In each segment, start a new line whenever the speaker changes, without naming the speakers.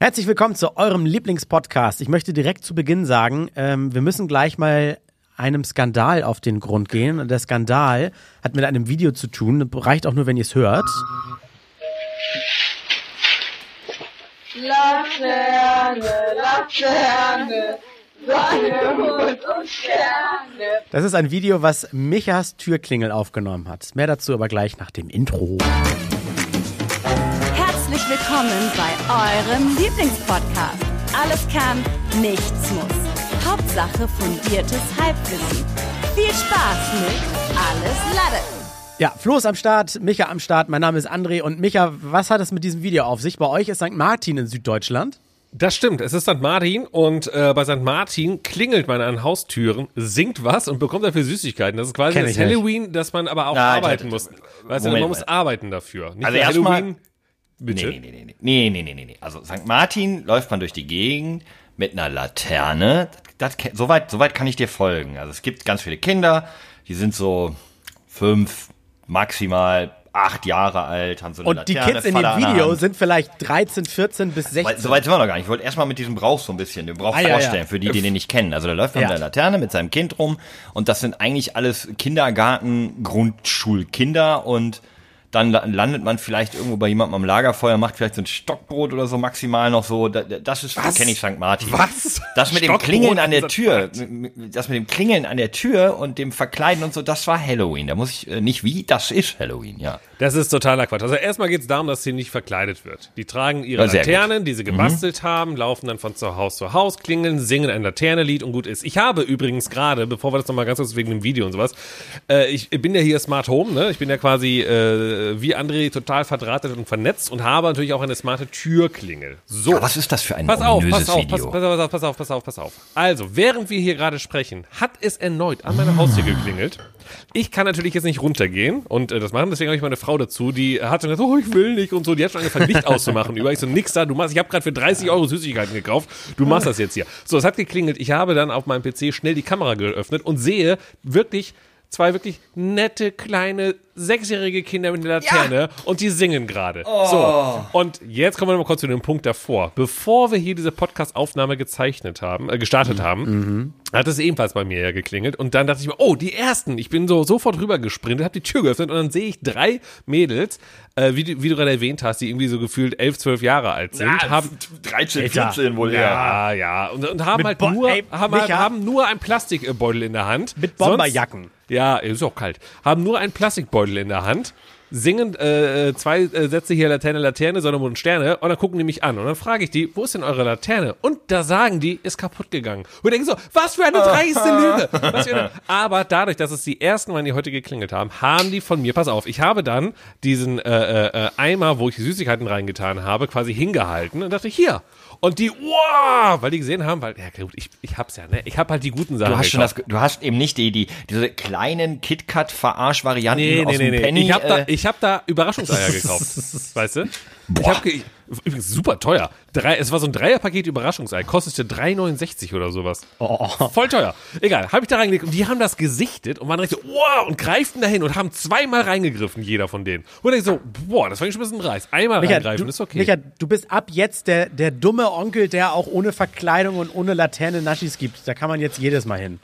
Herzlich willkommen zu eurem Lieblingspodcast. Ich möchte direkt zu Beginn sagen, ähm, wir müssen gleich mal einem Skandal auf den Grund gehen. Und der Skandal hat mit einem Video zu tun. Reicht auch nur, wenn ihr es hört.
Laterne, Laterne, Sonne, Mond und Sterne.
Das ist ein Video, was Michas Türklingel aufgenommen hat. Mehr dazu aber gleich nach dem Intro.
Herzlich willkommen bei eurem Lieblingspodcast. Alles kann, nichts muss. Hauptsache fundiertes Halbwissen. Viel Spaß mit Alles Lade.
Ja, Flo ist am Start, Micha am Start. Mein Name ist André. Und Micha, was hat es mit diesem Video auf sich? Bei euch ist St. Martin in Süddeutschland.
Das stimmt, es ist St. Martin und äh, bei St. Martin klingelt man an Haustüren, singt was und bekommt dafür Süßigkeiten. Das ist quasi
Kenn
das
ich nicht.
Halloween, dass man aber auch
Na,
arbeiten
ich-
muss. Weißt du,
Moment
man muss
mal.
arbeiten dafür. Nicht
Also
nur
erstmal-
Bitte?
Nee, nee, nee, nee, nee, nee, nee, nee, nee. Also St. Martin läuft man durch die Gegend mit einer Laterne. Das, das, so, weit, so weit kann ich dir folgen. Also es gibt ganz viele Kinder, die sind so fünf, maximal acht Jahre alt, haben so eine
Und die
Laterne.
Kids in
Faller
dem
an der
Video
Hand.
sind vielleicht 13, 14 bis
Weil,
16.
so weit sind wir noch gar nicht. Ich wollte erstmal mit diesem Brauch so ein bisschen, den Brauch
Ah, ja,
vorstellen,
ja.
für die, die den nicht kennen. Also da läuft man
Ja.
mit einer Laterne mit seinem Kind rum und das sind eigentlich alles Kindergarten, Grundschulkinder und dann la- landet man vielleicht irgendwo bei jemandem am Lagerfeuer, macht vielleicht so ein Stockbrot oder so maximal noch so. Da- da- Das ist,
Was?
kenne ich St. Martin.
Was?
Das mit dem
Stockbrot
Klingeln an der
an St.
Tür, das mit dem Klingeln an der Tür und dem Verkleiden und so, das war Halloween. Da muss ich äh, nicht wie, das ist Halloween, ja.
Das ist totaler Quatsch. Also erstmal geht es darum, dass sie nicht verkleidet wird. Die tragen ihre
Ja, sehr Mhm.
Laternen, die sie gebastelt haben, laufen dann von zu Haus zu Haus, klingeln, singen ein Laternenlied und gut ist. Ich habe übrigens gerade, bevor wir das nochmal ganz kurz wegen dem Video und sowas, äh, ich bin ja hier Smart Home, ne? Ich bin ja quasi äh, wie André total verdrahtet und vernetzt und habe natürlich auch eine smarte Türklingel. So.
Aber was ist das für ein
Pass auf,
ominöses
pass auf, pass,
Video?
pass auf, pass auf, pass auf, pass auf. Also, während wir hier gerade sprechen, hat es erneut an meiner Haustür geklingelt. Ich kann natürlich jetzt nicht runtergehen und äh, das machen, deswegen habe ich meine Frau dazu, die hat schon gesagt, oh, ich will nicht und so, die hat schon angefangen, Licht auszumachen über. Ich so, nix da, du machst, ich habe gerade für 30 Euro Süßigkeiten gekauft, du machst das jetzt hier. So, es hat geklingelt, ich habe dann auf meinem PC schnell die Kamera geöffnet und sehe wirklich zwei wirklich nette kleine sechsjährige Kinder mit der Laterne und die singen gerade.
Oh.
So. Und jetzt kommen wir noch mal kurz zu dem Punkt davor. Bevor wir hier diese Podcast-Aufnahme gezeichnet haben, äh, gestartet
Mhm.
haben, hat es ebenfalls bei mir ja geklingelt und dann dachte ich mir, oh, die ersten. Ich bin so sofort rüber gesprintet, habe die Tür geöffnet und dann sehe ich drei Mädels, äh, wie, du- wie du gerade erwähnt hast, die irgendwie so gefühlt elf, zwölf Jahre alt sind, haben
13,
Alter.
14 wohl
ja, ja. Und, und haben
Mit
halt
Bo-
nur,
ey,
haben, halt,
Micha.
haben nur einen Plastikbeutel in der Hand.
Mit Bomberjacken.
Sonst, ja, ist auch kalt. Haben nur einen Plastikbeutel in der Hand, singen äh, äh, zwei äh, Sätze hier Laterne, Laterne, Sonne, Mond, Sterne und dann gucken die mich an. Und dann frage ich die, wo ist denn eure Laterne? Und da sagen die, ist kaputt gegangen. Und denken so, was für eine dreiste Lüge. Was für eine, aber dadurch, dass es die ersten waren, die heute geklingelt haben, haben die von mir, pass auf, ich habe dann diesen äh, äh, äh, Eimer, wo ich die Süßigkeiten reingetan habe, quasi hingehalten und dachte, hier. Und die, wow, weil die gesehen haben, weil, ja gut, ich, ich hab's ja, ne? Ich hab halt die guten Sachen.
Du hast, schon
gekauft.
das, du hast eben nicht die, die, diese kleinen KitKat-Verarsch-Varianten aus dem Penny.
Ich habe da,
äh,
ich hab da Überraschungseier gekauft. weißt du? Ich hab ge ich- übrigens super teuer. Drei, es war so ein Dreierpaket Überraschungsei. Kostete 3,69 oder sowas.
Oh.
Voll teuer. Egal, habe ich da reingelegt. Und die haben das gesichtet und waren direkt so, wow, und greiften dahin und haben zweimal reingegriffen, jeder von denen. Und ich so, boah, das fand ich schon ein bisschen dreist. Einmal
Micha,
reingreifen
du,
ist okay.
Micha, du bist ab jetzt der, der dumme Onkel, der auch ohne Verkleidung und ohne Laterne Naschis gibt. Da kann man jetzt jedes Mal hin.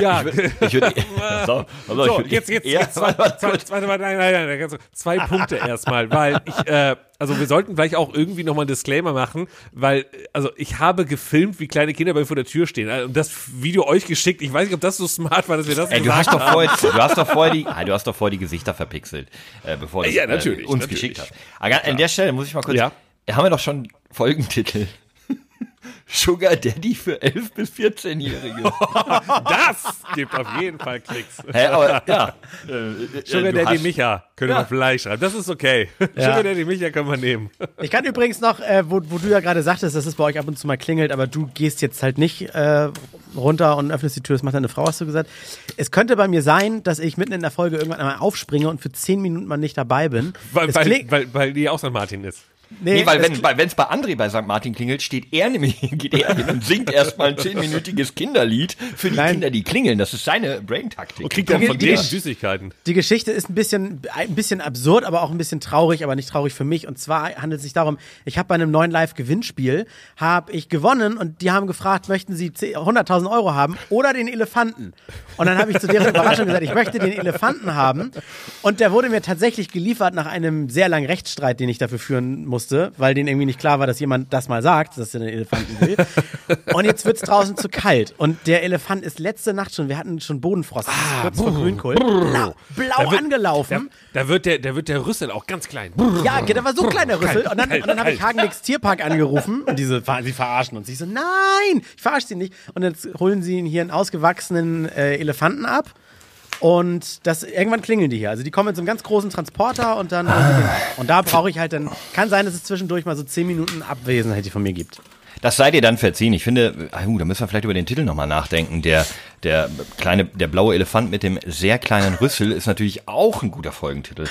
ja.
ich würd, so, also
So,
ich würd-
jetzt, jetzt,
Ja,
jetzt, zwei,
warte,
zwei,
warte.
zwei, zwei, nein, nein, nein, ganz, zwei Punkte erstmal, weil ich, äh, also wir sollten vielleicht auch irgendwie nochmal einen Disclaimer machen, weil, äh, also ich habe gefilmt, wie kleine Kinder bei mir vor der Tür stehen äh, und das Video euch geschickt, ich weiß nicht, ob das so smart war, dass wir das
Ey, du
gesagt
hast doch
haben.
vorher, du hast doch vorher die, ah, du hast doch vorher die Gesichter verpixelt, äh, bevor du es,
Ja, natürlich,
äh, uns
natürlich.
geschickt hast. Aber gar- an der Stelle muss ich mal kurz, Äh,
Ja.
haben wir doch schon Folgentitel. Sugar Daddy für 11 bis 14-Jährige.
Das gibt auf jeden Fall Klicks.
Hä, aber ja. Äh,
Sugar
du
Daddy
hast-
Micha können wir vielleicht schreiben, das ist okay. Sugar Daddy Micha können wir nehmen.
Ich kann übrigens noch, äh, wo, wo du ja gerade sagtest, dass es bei euch ab und zu mal klingelt, aber du gehst jetzt halt nicht äh, runter und öffnest die Tür. Das macht deine Frau, hast du gesagt. Es könnte bei mir sein, dass ich mitten in der Folge irgendwann einmal aufspringe und für zehn Minuten mal nicht dabei bin.
Weil,
Es
weil,
kling-
weil, weil die auch St. Martin ist.
Nee, weil
das
wenn es wenn's bei André bei St. Martin klingelt, steht er nämlich, geht er hin und singt erstmal ein zehnminütiges Kinderlied für die
Nein.
Kinder, die klingeln. Das ist seine Brain-Taktik.
Und kriegt dann von
Klingel-
denen Süßigkeiten.
Die Geschichte ist ein bisschen, ein bisschen absurd, aber auch ein bisschen traurig, aber nicht traurig für mich. Und zwar handelt es sich darum, ich habe bei einem neuen Live-Gewinnspiel, habe ich gewonnen und die haben gefragt, möchten sie 10 100.000 Euro haben oder den Elefanten? Und dann habe ich zu deren Überraschung gesagt, ich möchte den Elefanten haben. Und der wurde mir tatsächlich geliefert nach einem sehr langen Rechtsstreit, den ich dafür führen musste, weil denen irgendwie nicht klar war, dass jemand das mal sagt, dass er den Elefanten will. Und jetzt wird es draußen zu kalt. Und der Elefant ist letzte Nacht schon, wir hatten schon Bodenfrost, das ist kurz vor Grünkohl. Blau, blau angelaufen.
Da wird der, da wird der Rüssel auch ganz klein. Brrr.
Ja, genau, war so ein kleiner Rüssel. Und dann,
kalt,
und dann habe ich
kalt.
Hagenbecks Tierpark angerufen und diese, ver- sie verarschen uns. Ich so, nein, ich verarsche sie nicht. Und jetzt holen sie hier einen ausgewachsenen äh, Elefanten ab. Und das, irgendwann klingeln die hier. Also die kommen in so einem ganz großen Transporter und dann. Und da brauche ich halt dann. Kann sein, dass es zwischendurch mal so 10 Minuten Abwesenheit die von mir gibt.
Das sei dir dann verziehen. Ich finde, ah, uh, da müssen wir vielleicht über den Titel nochmal nachdenken. Der, der kleine, der blaue Elefant mit dem sehr kleinen Rüssel ist natürlich auch ein guter Folgentitel.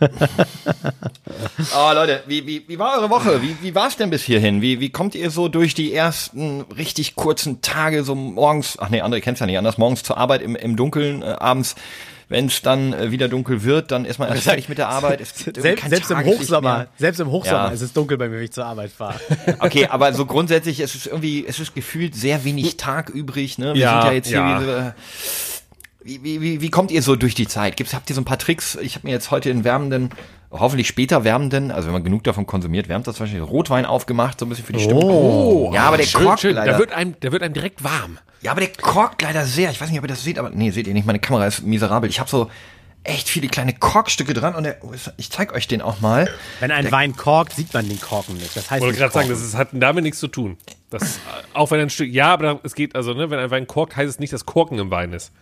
oh, Leute, wie, wie, wie war eure Woche? Wie, wie war's denn bis hierhin? Wie, wie kommt ihr so durch die ersten richtig kurzen Tage, so morgens, ach nee, andere kennst ja nicht anders, morgens zur Arbeit im, im Dunkeln, äh, abends, wenn es dann äh, wieder dunkel wird, dann ist man erst fertig mit der Arbeit. Es gibt irgendwie
Selbst,
kein
selbst im
Tageslicht
Hochsommer,
mehr.
selbst im Hochsommer
Ja.
ist es dunkel bei mir, wenn ich zur Arbeit fahre.
Okay, aber so grundsätzlich ist es irgendwie, es ist gefühlt sehr wenig Tag übrig, ne? Wir
Ja,
sind ja jetzt hier
ja.
diese, wie, wie, wie, wie kommt ihr so durch die Zeit? Gibt's, habt ihr so ein paar Tricks? Ich habe mir jetzt heute den wärmenden, hoffentlich später wärmenden, also wenn man genug davon konsumiert, wärmt das zum Beispiel Rotwein aufgemacht, so ein bisschen für die Stimmung.
Oh,
ja, aber der
schön,
korkt
schön.
leider.
Da wird einem, da wird einem direkt warm.
Ja, aber der korkt leider sehr. Ich weiß nicht, ob ihr das seht, aber nee, seht ihr nicht. Meine Kamera ist miserabel. Ich habe so echt viele kleine Korkstücke dran und der, oh, ist- ich zeig euch den auch mal.
Wenn ein Wein korkt, sieht man den Korken nicht. Das heißt,
Ich wollte
nicht
gerade sagen,
korken.
das ist, hat damit nichts zu tun. Das, äh, auch wenn ein Stück, ja, aber es geht, also, ne, wenn ein Wein korkt, heißt es nicht, dass Korken im Wein ist.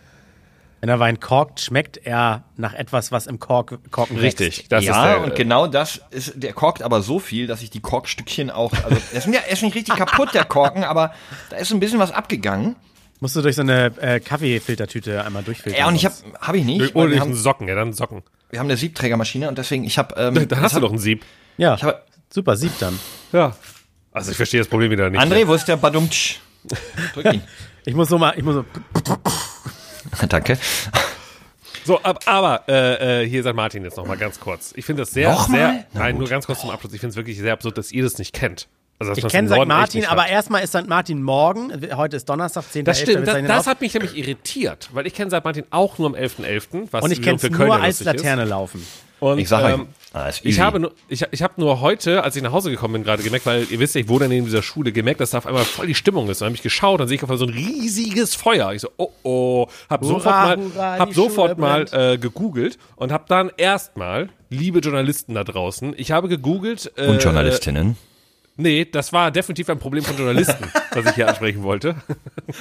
Wenn der Wein korkt, schmeckt er nach etwas, was im Kork, Korken wächst.
Das
ja,
ist der, äh,
und genau das ist, der korkt aber so viel, dass ich die Korkstückchen auch, also, er ist, ja, er ist nicht richtig kaputt, der Korken, aber da ist ein bisschen was abgegangen.
Musst du durch so eine äh, Kaffeefiltertüte einmal durchfiltern.
Ja, und ich habe,
sonst.
habe ich
Oder
nicht, weil
nicht
wir
einen
haben,
Socken, ja, dann Socken.
wir haben eine Siebträgermaschine und deswegen, ich habe, ähm,
Dann hast du doch ein Sieb.
Ja,
ich hab-
super, Sieb dann.
Ja. Also, ich verstehe das Problem wieder nicht.
André, wo ist der Badumtsch? Drück ihn.
Ich muss so mal, ich muss so,
Danke.
So, ab, aber äh, äh, hier sagt Martin jetzt nochmal ganz kurz. Ich finde das sehr,
Nochmal?
sehr,
Na
nein, nur ganz kurz zum Abschluss. Ich finde es wirklich sehr absurd, dass ihr das nicht kennt. Also, dass
ich
man's
kenne
im
St.
Norden echt
Martin,
nicht
aber
hat.
erstmal ist St. Martin morgen. Heute ist Donnerstag, 10.
Das stimmt, das,
das,
das hat mich nämlich irritiert, weil ich kenne St. Martin auch nur am 11.11., was
Und ich
wiederum
kenne es
für
nur
Kölner
als
lustig ist.
Laterne laufen.
Und,
Ich sag euch,
ähm,
ah, ist
ich
easy.
habe nur, ich, ich habe nur heute, als ich nach Hause gekommen bin, gerade gemerkt, weil ihr wisst ja, ich wohne neben dieser Schule, gemerkt, dass da auf einmal voll die Stimmung ist. Dann habe ich geschaut, dann sehe ich auf einmal so ein riesiges Feuer. Ich so, oh oh, hab
Hurra,
sofort mal,
hurra,
hab
die
sofort
Schule
mal
brennt.
äh, gegoogelt und habe dann erstmal, liebe Journalisten da draußen, ich habe gegoogelt. Äh,
Und Journalistinnen.
Nee, das war definitiv ein Problem von Journalisten, was ich hier ansprechen wollte.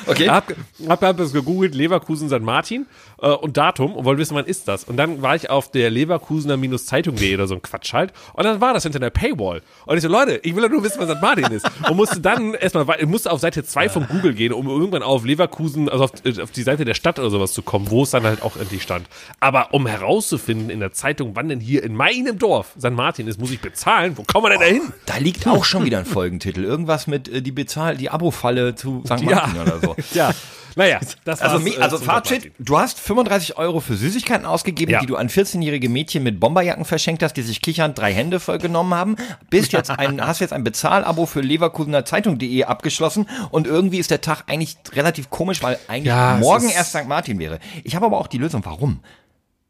Okay.
Hab, hab, hab das gegoogelt, Leverkusen St. Martin äh, und Datum und wollte wissen, wann ist das. Und dann war ich auf der Leverkusener-Zeitung.de oder so ein Quatsch halt. Und dann war das hinter der Paywall. Und ich so, Leute, ich will doch nur wissen, wann St. Martin ist. Und musste dann erstmal, wei- ich musste auf Seite 2 von Google gehen, um irgendwann auf Leverkusen, also auf, äh, auf die Seite der Stadt oder sowas zu kommen, wo es dann halt auch endlich stand. Aber um herauszufinden in der Zeitung, wann denn hier in meinem Dorf St. Martin ist, muss ich bezahlen. Wo kommen wir denn da hin?
Da liegt auch schon wieder ein Folgentitel. Irgendwas mit äh, die Bezahl, die Abo-Falle zu St. Martin oder so.
Ja. Naja, das
Also,
war's,
mi-
äh,
also
zum
Fazit,
St.
du hast 35 Euro für Süßigkeiten ausgegeben,
Ja.
die du an 14-jährige Mädchen mit Bomberjacken verschenkt hast, die sich kichernd drei Hände voll genommen haben. Bist jetzt ein, hast jetzt ein Bezahlabo für Leverkusener Zeitung.de abgeschlossen und irgendwie ist der Tag eigentlich relativ komisch, weil eigentlich
Ja, es
morgen
ist-
erst St. Martin wäre. Ich habe aber auch die Lösung, warum?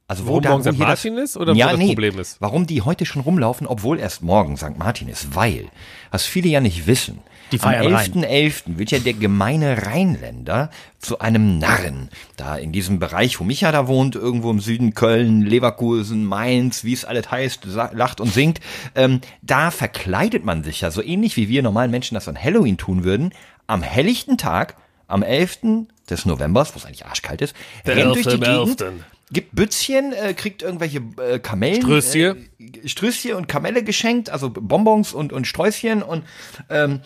Also
Warum
da-
morgen St.
hier das-
Martin ist oder wo das Problem ist?
Warum die heute schon rumlaufen, obwohl erst morgen St. Martin ist, weil, was viele ja nicht wissen,
Die
am
feiern rein.
11.11. wird ja der gemeine Rheinländer zu einem Narren. Da in diesem Bereich, wo Micha da wohnt, irgendwo im Süden, Köln, Leverkusen, Mainz, wie es alles heißt, sa- lacht und singt, ähm, da verkleidet man sich ja so ähnlich wie wir normalen Menschen das an Halloween tun würden, am helllichten Tag, am 11. des Novembers, wo es eigentlich arschkalt ist,
Der
rennt durch die
11.11..
Gegend, gibt Bützchen, äh, kriegt irgendwelche äh, Kamellen.
Strößchen.
Äh, Strößchen und Kamelle geschenkt, also Bonbons und, und Sträußchen und ähm,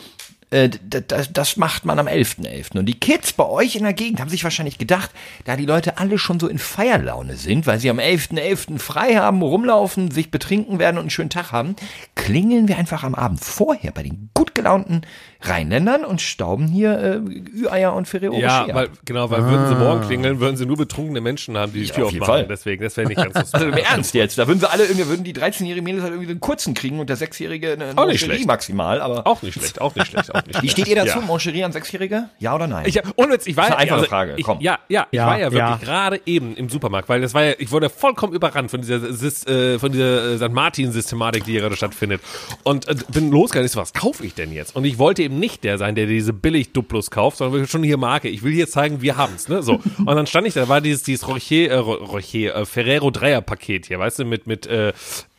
Äh, d- d- das macht man am 11.11. Und die Kids bei euch in der Gegend haben sich wahrscheinlich gedacht, da die Leute alle schon so in Feierlaune sind, weil sie am 11.11. frei haben, rumlaufen, sich betrinken werden und einen schönen Tag haben, klingeln wir einfach am Abend vorher bei den gut gelaunten Rheinländern und stauben hier äh, Ü-Eier und Ferrero
Ja,
Rocher.
weil, genau, weil würden sie morgen klingeln, würden sie nur betrunkene Menschen haben, die die Tür
Ah. auf jeden
aufmachen.
Fall.
Deswegen, das wäre nicht ganz so
Also
smart.
im Ernst jetzt, da würden sie alle irgendwie, würden die 13-jährigen Mädels halt irgendwie so einen kurzen kriegen und der 6-jährige eine
Auch nicht
Mancherie
schlecht.
maximal, aber
Auch nicht schlecht, auch nicht schlecht, auch nicht schlecht.
wie steht ihr dazu?
Ja.
Mancherie an 6-jährige? Ja oder nein?
Ich hab, ohne Witz, ich war
Das ist eine
ja- also
einfache Frage,
Ich,
komm.
Ja, ja, ich
Ja,
war ja wirklich
ja.
gerade eben im Supermarkt, weil das war ja, ich wurde vollkommen überrannt von dieser, Sis- äh, von dieser äh, St. Martin-Systematik, die hier gerade stattfindet. Und äh, bin losgegangen, ich so, was kaufe ich denn jetzt? Und ich wollte eben nicht der sein, der diese Billig-Duplos kauft, sondern wirklich schon hier Marke. Ich will hier zeigen, wir haben's, ne? So. Und dann stand ich da, war dieses, dieses Rocher, äh, Ro- Rocher, äh, Ferrero-Dreier-Paket hier, weißt du, mit, mit, äh, äh, äh,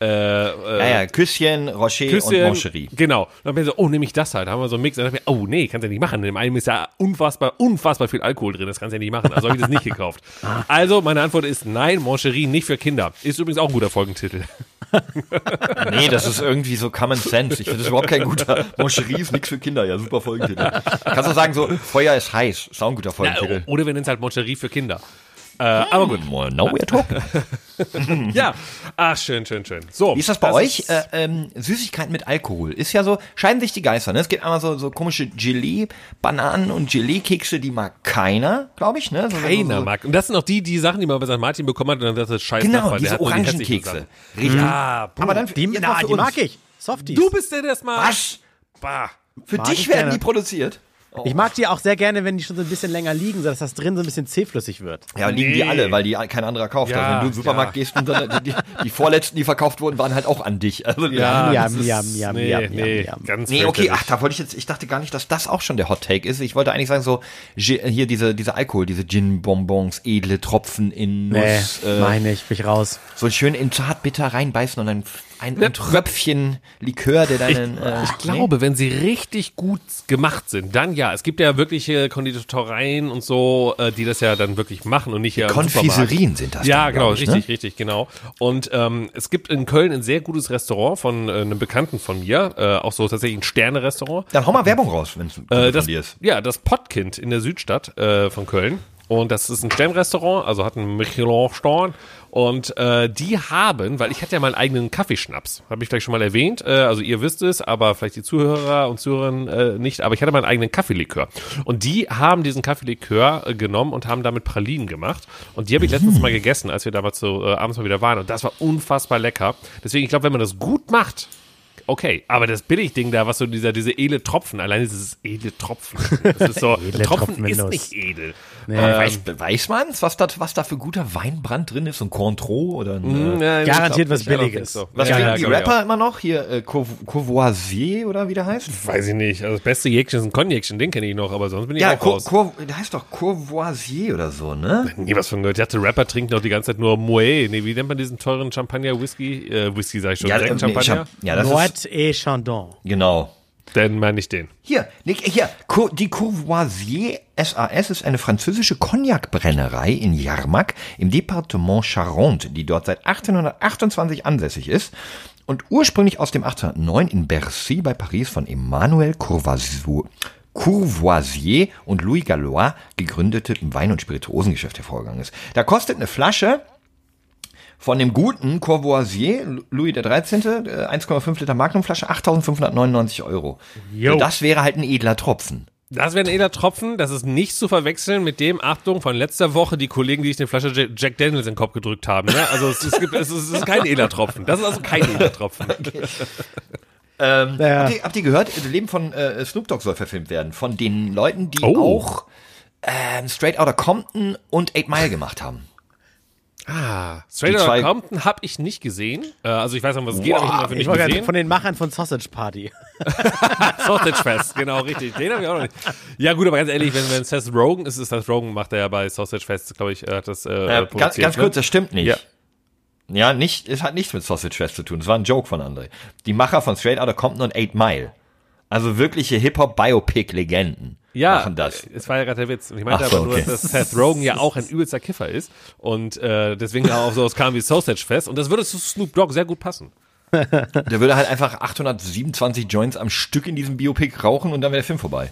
ja, ja, Küsschen, Rocher und
Küsschen.
Mancherie.
Genau. Und dann bin ich so, oh, nehme ich das halt. Haben wir so einen Mix. Dann dachte ich mir, oh, nee, kannst du ja nicht machen. In dem einen ist ja unfassbar, unfassbar viel Alkohol drin. Das kannst du ja nicht machen. Also habe ich das nicht gekauft.
Ah.
Also, meine Antwort ist nein, Mancherie nicht für Kinder. Ist übrigens auch ein guter Folgentitel.
Nee, das ist irgendwie so Common Sense. Ich finde das überhaupt kein guter. Mancherie ist nix für Kinder. Ja, super Folgentitel. Kannst du sagen so, Feuer ist heiß. Ist auch ein guter
Ja,
Folgentitel.
oder wir nennen es halt Mancherie für Kinder. Äh, aber gut.
Well, now we're talking.
Ja. Ach, schön, schön, schön. So.
Wie ist das bei euch?
ist-
Äh, ähm, Süßigkeiten mit Alkohol. Ist ja so, scheiden sich die Geister. Ne? Es gibt einmal so, so komische Gelee-Bananen und Gelee-Kekse, die mag keiner, glaube ich. Ne? So, so,
Keiner
so,
mag. Und das sind auch die, die Sachen, die man bei St. Martin bekommen hat und dann sagt das scheiß
Genau,
Nachbar, der
diese
hat nur die hässlichen
Orangenkekse.
Sachen.
Richtig. Ah,
Ja, puh.
Aber dann
Die,
jetzt mal
na,
für
die
uns.
mag ich. Softies.
du bist der, der das mag.
Was?
Bah.
Für
Mag
dich
ich
werden
gerne.
die produziert?
Ich mag die auch sehr gerne, wenn die schon so ein bisschen länger liegen, sodass das drin so ein bisschen zähflüssig wird.
Ja, liegen die
Nee.
alle, weil die kein anderer kauft.
Ja,
also wenn du in den Supermarkt
ja.
gehst, und dann, die, die vorletzten, die verkauft wurden, waren halt auch an dich. Also
Ja,
Yum,
das
yum,
ist-
yum, yum,
nee,
yum,
nee,
yum, yum.
Ganz
Nee, okay,
fürchterlich.
ach, da wollte ich jetzt, ich dachte gar nicht, dass das auch schon der Hot Take ist. Ich wollte eigentlich sagen, so, Ge- hier diese, diese Alkohol, diese Gin-Bonbons, edle Tropfen in
Nee,
Nuss, äh,
meine ich, bin ich raus.
so schön in Zartbitter reinbeißen und dann ein, ein Tröpfchen Likör, der deinen, äh,
Ich glaube, wenn sie richtig gut gemacht sind, dann ja. Es gibt ja wirkliche Konditoreien und so, äh, die das ja dann wirklich machen und nicht ja. im
Konfiserien
Supermarkt.
sind das
Ja,
dann,
genau,
glaub ich, ne?
richtig, richtig, genau. Und ähm, es gibt in Köln ein sehr gutes Restaurant von äh, einem Bekannten von mir, äh, auch so tatsächlich ein Sterne-Restaurant.
Dann hau mal Werbung raus, wenn es
Äh,
von
das,
dir ist.
ja, das Pottkind in der Südstadt äh, von Köln. Und das ist ein Sternrestaurant, also hat einen Michelin-Stern. Und äh, die haben, weil ich hatte ja meinen eigenen Kaffeeschnaps, habe ich vielleicht schon mal erwähnt. Äh, also ihr wisst es, aber vielleicht die Zuhörer und Zuhörerinnen äh, nicht. Aber ich hatte meinen eigenen Kaffeelikör. Und die haben diesen Kaffeelikör äh, genommen und haben damit Pralinen gemacht. Und die habe ich
Mhm.
letztens mal gegessen, als wir damals so äh, abends mal wieder waren. Und das war unfassbar lecker. Deswegen, ich glaube, wenn man das gut macht, Okay, aber das Billigding da, was so dieser, diese edle Tropfen, allein ist es edle Tropfen. Das ist so,
Edle
Tropfen,
Tropfen
ist
Windows.
nicht edel. Ähm,
Äh, weiß weiß man es, was da was da für guter Weinbrand drin ist? So ein Cointreau oder ein, äh,
Äh,
Garantiert was
ich glaub nicht, I don't think
Billiges.
so.
Was
Ja,
kriegen
ja,
die
glaub ich
Rapper immer noch? Hier, äh, Courv- Courvoisier oder wie der heißt?
auch. Weiß ich nicht. Also das beste Jäckchen ist ein Konjäckchen, den kenne ich noch, aber sonst bin ich
Ja,
auch
Cour,
raus.
Cour, der heißt doch Courvoisier oder so, ne?
Nie was von gehört. Ich dachte, Rapper trinken doch die ganze Zeit nur Moet. Nee, wie nennt man diesen teuren Champagner-Whisky? Äh, Whisky sag ich schon.
ähm,
Sekt,
nee,
Champagner?
Champ- ja das ist,
Noët et Chandon.
genau.
Dann meine ich den.
Hier, Nick, hier, Cour- die Courvoisier SAS ist eine französische Cognac-Brennerei in Jarmac im Departement Charente, die dort seit 1828 ansässig ist und ursprünglich aus dem 1809 in Bercy bei Paris von Emmanuel Courvoisier, Courvoisier und Louis Gallois gegründete Wein- und Spirituosengeschäft hervorgegangen ist. Da kostet eine Flasche von dem guten Courvoisier, Louis XIII., äh, 1,5 Liter Magnumflasche, 8.599 Euro.
Jo.
So, Das wäre halt ein edler Tropfen.
Das wäre ein edler Tropfen. Das ist nicht zu verwechseln mit dem, Achtung, von letzter Woche, die Kollegen, die sich eine Flasche Jack- Jack Daniels in den Kopf gedrückt haben. Ne? Also es, es, gibt, es, ist, es ist kein edler Tropfen. Das ist also kein edler Tropfen.
Ja.
Habt, ihr, habt ihr gehört, das Leben von äh, Snoop Dogg soll verfilmt werden? Von den Leuten, die
Oh.
auch ähm, Straight Outta Compton und Eight Mile gemacht haben.
Ah, Straight
Die
Outta
zwei-
Compton habe ich nicht gesehen. Äh, also ich weiß noch, was es geht, aber ich habe
Ich
ihn
war
dafür nicht
gerade
gesehen.
von den Machern von Sausage Party.
Sausage Fest, genau, richtig. Den habe ich auch noch nicht. Ja gut, aber ganz ehrlich, wenn, wenn Seth Rogen ist, ist Seth Rogen, macht er ja bei Sausage Fest, glaube ich, äh, hat das äh,
Äh,
produziert,
ganz, ganz
ne?
kurz, das stimmt nicht.
Ja.
Ja. nicht, es hat nichts mit Sausage Fest zu tun. Es war ein Joke von André. Die Macher von Straight Outta Compton und Eight Mile. Also wirkliche Hip-Hop-Biopic-Legenden
ja, äh,
machen das.
Es war ja gerade der Witz. Und ich meinte
Ach so,
aber nur,
okay.
dass Seth Rogen ja auch ein übelster Kiffer ist und äh, deswegen auch so was kam wie Sausage Fest und das würde zu Snoop Dogg sehr gut passen.
Der würde halt einfach 827 Joints am Stück in diesem Biopic rauchen und dann wäre der Film vorbei.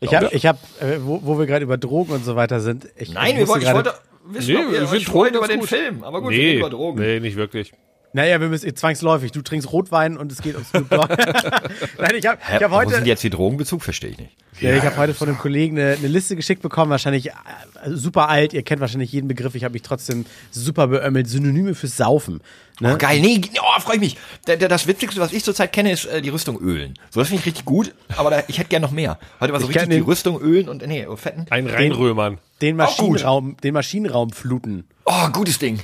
Ich habe, ich hab, äh, wo, wo wir gerade über Drogen und so weiter sind. Ich,
Nein,
ich
wir
musste
wollten, ich
Also, gerade-
wollte wissen,
Nee,
ob
wir
ihr
finden
euch freut
Drogen
über
ganz
den
gut.
Film. Aber gut, wir reden
Nee,
über Drogen.
nee, nicht wirklich.
Naja, wir müssen zwangsläufig. Du trinkst Rotwein und es geht ums Snoop Dogg. Nein, ich habe
Hä,
ich hab
Wo
heute,
sind jetzt die Drogenbezug? Verstehe ich nicht.
ja, ich hab heute von einem Kollegen eine, eine Liste geschickt bekommen, wahrscheinlich äh, super alt. Ihr kennt wahrscheinlich jeden Begriff. Ich habe mich trotzdem super beömmelt. Synonyme fürs Saufen. Ne?
Oh, geil, nee, oh, freue ich mich. Da- da- Das Witzigste, was ich zurzeit kenne, ist äh, die Rüstung ölen. So, das finde ich richtig gut, aber da, ich hätte gern noch mehr. Heute war so
Ich
richtig
kenn
die
den-
Rüstung ölen und, nee, oh, fetten.
Ein Reinrömern.
Den,
Auch Oh, gut.
Maschinenraum, den Maschinenraum fluten.
Oh, gutes Ding.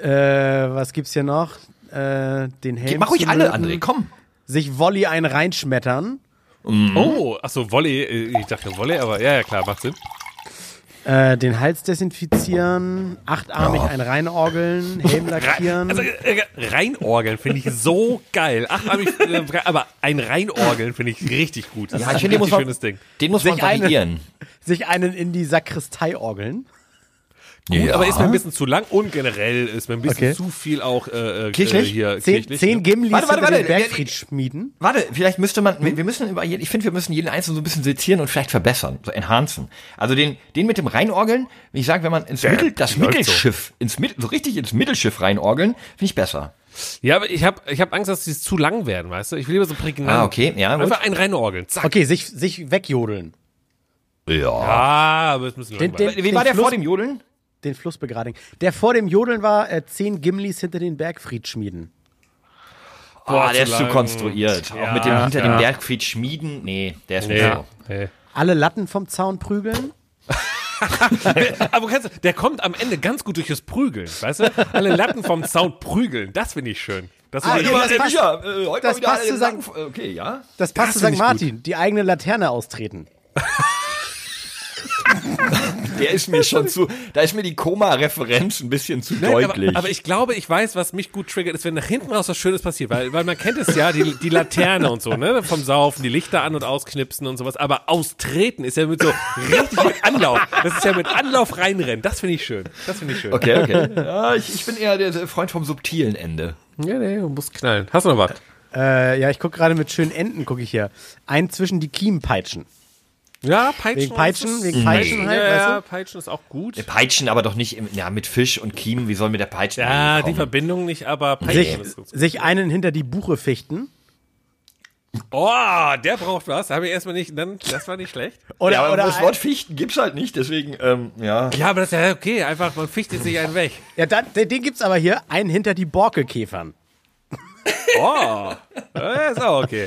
Äh, was gibt's hier noch? Äh, den Helm.
Mach ruhig
zu
alle,
löten.
André, komm.
Sich Volley einen reinschmettern.
Hm?
Oh, achso, Volley. äh, Ich dachte Volley, aber ja, ja, klar, macht Sinn.
Äh, den Hals desinfizieren. Achtarmig
Oh.
einen reinorgeln. Helm lackieren.
Also, äh, Reinorgeln finde ich so geil. Ach, hab ich, äh, aber ein Reinorgeln finde ich richtig gut. Das
Ja,
ist
ich
ein
finde, den muss
richtig
man-
schönes Ding.
Den muss man
Sich eine-
variieren.
sich einen in die Sakristei orgeln.
Gut,
Aber ist mir ein bisschen zu lang und generell ist mir ein bisschen
Okay.
zu viel auch äh, äh,
Kirchlich?
hier
Zehn,
kirchlich. ne?
zehn Gimlis
Warte, warte,
hinter den
warte.
Bergfried schmieden.
Warte, vielleicht müsste man,
Hm?
wir- wir müssen über jeden, ich finde, wir müssen jeden Einzelnen so ein bisschen sezieren und vielleicht verbessern, so enhancen. Also den, den mit dem Reinorgeln, wie ich sage, wenn man ins Mittel, das
läuft so.
Mittelschiff, ins Mittel, so richtig ins Mittelschiff reinorgeln, finde ich besser.
Ja, aber ich habe ich hab Angst, dass die zu lang werden, weißt du? Ich will lieber so prägnant.
Ah, okay, ja, gut.
Einfach ein Reinorgeln. Zack.
Okay, sich, sich wegjodeln.
Ja.
Ah, aber es müssen
Den, den,
Wie
den
war der
Fluss,
vor dem Jodeln?
Den Fluss begradigen. Der vor dem Jodeln war, äh, zehn Gimlis hinter den Bergfried schmieden.
Boah, der ist zu
lang.
konstruiert. Auch mit dem hinter dem Bergfried schmieden. Nee, der ist nicht
Nee,
so.
nee.
Alle Latten vom Zaun prügeln.
Aber kannst du, der kommt am Ende ganz gut durch das Prügeln, weißt du? Alle Latten vom Sound prügeln, das finde ich schön. Das
Ah,
ist
ja, das passt-
wieder, äh, heute
das
mal wieder
passt
alle
zu sagen-
Sachen- Okay, ja.
Das passt zu St.
finde ich
Martin. Die eigene Laterne austreten.
Der ist mir schon zu, da ist mir die Koma-Referenz ein bisschen zu
Nein,
deutlich.
aber, aber ich glaube, ich weiß, was mich gut triggert, ist, wenn nach hinten raus was Schönes passiert, weil, weil man kennt es ja, die, die Laterne und so, ne? Vom Saufen, die Lichter an- und ausknipsen und sowas, aber austreten ist ja mit so richtig mit Anlauf. Das ist ja mit Anlauf reinrennen. Das finde ich schön. Das finde ich schön.
okay, okay. Ja, ich, ich bin eher der der Freund vom subtilen Ende.
Ja, nee, du musst knallen. Hast du noch was?
Äh, ja, ich gucke gerade mit schönen Enden, gucke ich hier. Ein zwischen die Kiemen peitschen.
Ja, Peitschen.
Wegen Peitschen,
ist-
wegen Peitschen halt,
ja,
weißt du?
ja, Peitschen ist auch gut.
Peitschen aber doch nicht im, ja, mit Fisch und Kiemen. Wie soll mit der Peitschen
Ja, die
ankommen?
Verbindung nicht, aber
Sich,
Peitschen ist gut.
sich einen hinter die Buche fichten.
Oh, der braucht was. Habe ich erstmal nicht, dann, das war nicht schlecht.
Oder,
ja, aber
oder
das Wort Fichten gibt's halt nicht, deswegen, ähm, ja.
Ja, aber das ist ja okay. Einfach, man fichtet sich einen weg.
ja, dann, den den gibt's aber hier. Einen hinter die Borkekäfern.
Oh, das ist auch okay.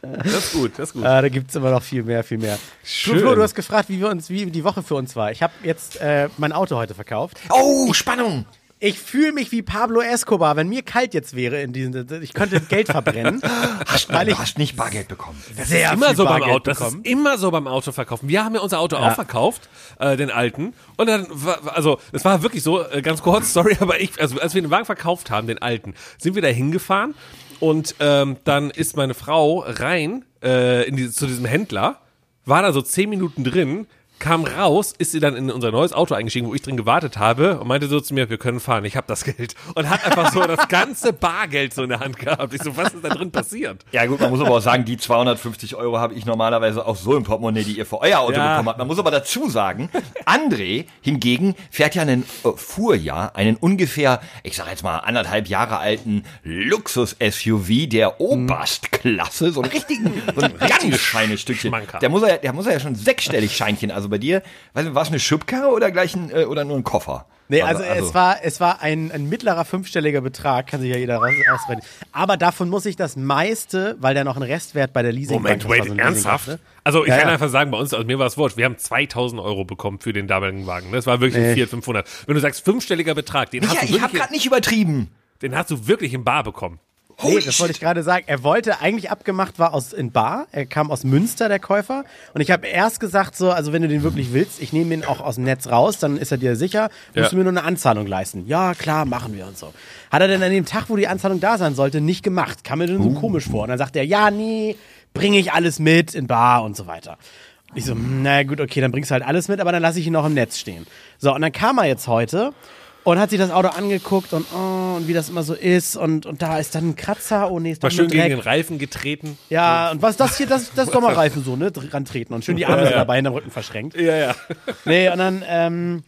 Das ist gut, das ist gut.
Ah, da gibt's immer noch viel mehr, viel mehr. Du, Flo, du hast gefragt, wie, wir uns, wie die Woche für uns war. Ich habe jetzt äh, mein Auto heute verkauft.
Oh, Spannung!
Ich fühle mich wie Pablo Escobar, wenn mir kalt jetzt wäre. In diesen, ich könnte Geld verbrennen. weil
du
ich
hast nicht Bargeld bekommen.
sehr
immer
viel
so beim
Bargeld
Auto. Das
bekommen.
ist immer so beim Auto verkaufen. Wir haben ja unser Auto auch verkauft, äh, den alten. Und dann, war, also es war wirklich so, äh, ganz kurz, sorry, aber ich, also als wir den Wagen verkauft haben, den alten, sind wir da hingefahren und ähm, dann ist meine Frau rein äh, in die, zu diesem Händler, war da so zehn Minuten drin, kam raus, ist sie dann in unser neues Auto eingestiegen, wo ich drin gewartet habe und meinte so zu mir, wir können fahren, ich habe das Geld. Und hat einfach so das ganze Bargeld so in der Hand gehabt. Ich so, was ist da drin passiert?
Ja gut, man muss aber auch sagen, die 250 Euro habe ich normalerweise auch so im Portemonnaie, die ihr für euer Auto
Ja.
bekommen habt. Man muss aber dazu sagen, André hingegen fährt ja einen, äh, fuhr ja einen ungefähr, ich sage jetzt mal, anderthalb Jahre alten Luxus-SUV
Hm.
der Oberstklasse, so einen richtigen, so ein ganz feines Stückchen.
Schmanker.
Der muss, er, der muss er ja schon sechsstellig Scheinchen, also bei dir, weiß nicht, war es eine Schubkarre oder gleich ein, äh, oder nur ein Koffer?
Nee, also, es war, es war ein, ein mittlerer fünfstelliger Betrag, kann sich ja jeder raus, ausrechnen. Aber davon muss ich das meiste, weil da noch ein Restwert bei der Leasing
Moment,
das war
wait,
so ein
ernsthaft?
Leasingkauf, ne?
Also ich
Ja,
kann
ja.
einfach sagen, bei uns, also mir war es wurscht, wir haben 2000 Euro bekommen für den damaligen Wagen. Das war wirklich ein 400, 500. Wenn du sagst, fünfstelliger Betrag, den,
Micha,
hast, du
ich habe
wirklich,
gerade nicht übertrieben.
den hast du wirklich im Bar bekommen.
Nee, das wollte ich gerade sagen. Er wollte eigentlich abgemacht war aus in Bar. Er kam aus Münster, der Käufer. Und ich habe erst gesagt so, also wenn du den wirklich willst, ich nehme ihn auch aus dem Netz raus, dann ist er dir sicher. Musst
Ja.
du mir nur eine Anzahlung leisten. Ja, klar, machen wir und so. Hat er denn an dem Tag, wo die Anzahlung da sein sollte, nicht gemacht? Kam mir dann
Uh.
so komisch vor. Und dann sagt er, ja, nee, bringe ich alles mit in Bar und so weiter. Ich so, hm, na gut, okay, dann bringst du halt alles mit, aber dann lasse ich ihn noch im Netz stehen. So, und dann kam er jetzt heute Und hat sich das Auto angeguckt und, oh, und wie das immer so ist. Und, und da ist dann ein Kratzer. Oh nee, ist doch
Mal
nur
schön gegen
Dreck.
den Reifen getreten.
Ja, und was das hier, das, das Sommerreifen so, ne? dr- Rantreten und schön die Arme
Ja,
so
ja.
dabei in den Rücken verschränkt.
Ja, ja.
Nee, und dann, ähm,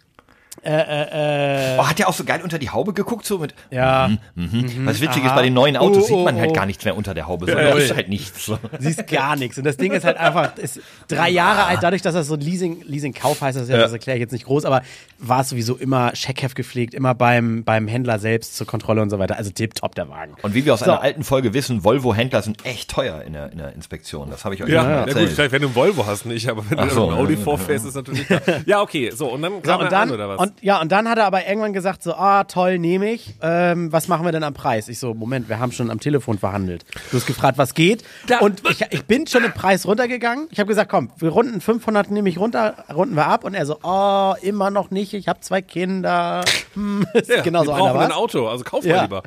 äh,
Oh, hat der auch so geil unter die Haube geguckt, so mit.
ja,
Was witzig ist, bei den neuen Autos
Mhm. Oh,
sieht man
oh,
halt
oh.
gar nichts mehr unter der Haube. So, da ist halt nichts. So.
siehst gar nichts. Und das Ding ist halt einfach, ist drei Jahre alt, dadurch, dass das so ein Leasing, Leasing-Kauf heißt, das, ja,
Ja.
das erkläre ich jetzt nicht groß, aber war es sowieso immer Scheckheft gepflegt, immer beim, beim Händler selbst zur Kontrolle und so weiter. Also tipptopp der Wagen.
Und wie wir aus
So.
einer alten Folge wissen, Volvo-Händler sind echt teuer in der, in der Inspektion. Das habe ich euch schon mal
Ja, ja, gut,
erzählt.
vielleicht wenn du einen Volvo hast, nicht, aber wenn
Ach
du
so.
einen Audi vorfährst, ist natürlich klar. Ja, okay, so, und dann
So,
kam er
und dann,
an, oder was?
Und, ja, und dann hat er aber irgendwann gesagt so, ah, toll, nehme ich. Ähm, was machen wir denn am Preis? Ich so, Moment, wir haben schon am Telefon verhandelt. Du hast gefragt, was geht. und ich, ich bin schon im Preis runtergegangen. Ich habe gesagt, komm, wir runden 500 nehme ich runter, runden wir ab. Und er so, oh, immer noch nicht, ich habe zwei Kinder. Hm, ist
ja,
genau
die
so einer
brauchen ein
war's.
Auto, also kauf mal
Ja.
lieber.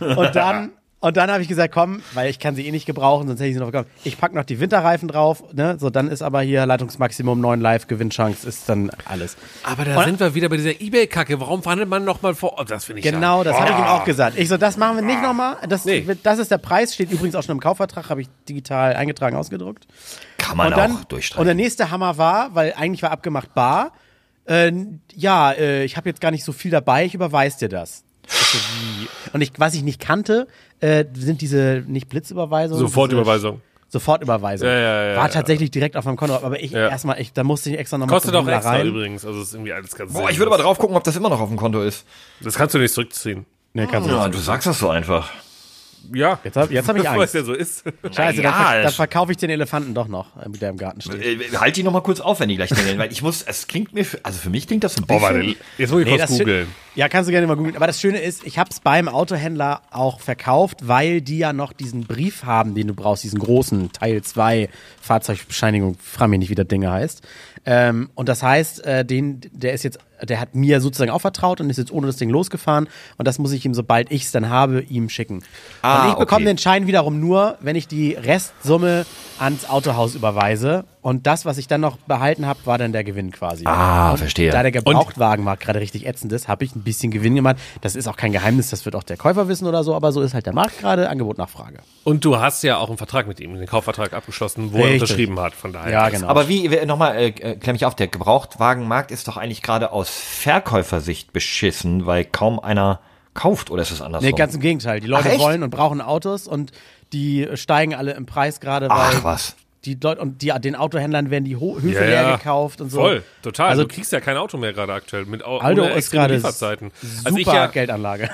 Und dann, und dann habe ich gesagt, komm, weil ich kann sie eh nicht gebrauchen, sonst hätte ich sie noch bekommen. Ich packe noch die Winterreifen drauf, ne? So, dann ist aber hier Leitungsmaximum 9 Live, Gewinnchance, ist dann alles.
Aber da sind wir wieder bei dieser Ebay-Kacke. Warum verhandelt man nochmal vor? Oh, das finde ich
Genau, das habe ich ihm Ah. auch gesagt. Ich so, das machen wir nicht nochmal. Das,
Nee.
wird- das ist der Preis, steht übrigens auch schon im Kaufvertrag, habe ich digital eingetragen, ausgedruckt.
Kann man
und dann,
auch
und
durchstreichen.
der nächste Hammer war, weil eigentlich war abgemacht bar, äh, ja, äh, ich habe jetzt gar nicht so viel dabei, ich überweise dir das. Ich so, wie? Und ich, was ich nicht kannte, äh, sind diese nicht Blitzüberweisungen.
Sofortüberweisung.
diese Sofortüberweisung.
Ja, ja, ja,
war
ja.
tatsächlich direkt auf meinem Konto, aber ich
Ja.
erstmal, ich, da musste ich extra nochmal
Kostet auch extra übrigens, also ist irgendwie alles ganz
Boah, ich würde mal drauf gucken, ob das immer noch auf dem Konto ist.
Das kannst du nicht zurückziehen.
Nee, kannst du
Ja,
nicht.
du sagst das so einfach.
Ja.
Jetzt hab- jetzt hab ich
Weil es
Angst.
ja so ist.
Scheiße,
Ja,
dann, ver
ist-
dann verkaufe ich den Elefanten doch noch, äh, der im Garten steht.
Äh, Halt die nochmal kurz auf, wenn die gleich nennen, weil ich muss, es klingt mir, für- also für mich klingt das so ein
Boah,
bisschen.
warte, jetzt muss ich
Nee,
kurz
das
googeln.
Schö- Ja, kannst du gerne mal googeln. Aber das Schöne ist, ich habe es beim Autohändler auch verkauft, weil die ja noch diesen Brief haben, den du brauchst, diesen großen Teil 2 Fahrzeugbescheinigung, frag mich nicht, wie das Ding heißt. Ähm, und das heißt, äh, den, der ist jetzt, der hat mir sozusagen auch vertraut und ist jetzt ohne das Ding losgefahren. Und das muss ich ihm, sobald ich es dann habe, ihm schicken.
Ah,
und ich bekomme
okay.
den Schein wiederum nur, wenn ich die Restsumme ans Autohaus überweise. Und das, was ich dann noch behalten habe, war dann der Gewinn quasi.
ah, verstehe.
Da der Gebrauchtwagenmarkt gerade richtig ätzend ist, habe ich ein bisschen Gewinn gemacht. Das ist auch kein Geheimnis, das wird auch der Käufer wissen oder so, aber so ist halt der Markt gerade, Angebot, Nachfrage.
Und du hast ja auch einen Vertrag mit ihm, den Kaufvertrag abgeschlossen, wo er
Richtig. genau.
unterschrieben hat, von daher.
Aber wie, nochmal, äh, äh, klemm mich auf, der Gebrauchtwagenmarkt ist doch eigentlich gerade aus Verkäufersicht beschissen, weil kaum einer kauft, oder ist es andersrum?
nee, ganz im Gegenteil. Die Leute
Ach, echt?
wollen und brauchen Autos und die steigen alle im Preis gerade, weil
Ach, was.
die Leute und die, den Autohändlern werden die Ho Höfe
Ja, ja.
leer gekauft und so.
Voll, total. Also,
Also
du kriegst ja kein Auto mehr gerade aktuell mit au-
Aldo
ohne
ist
extreme
gerade
Lieferzeiten.
super
Also ich ja,
Geldanlage.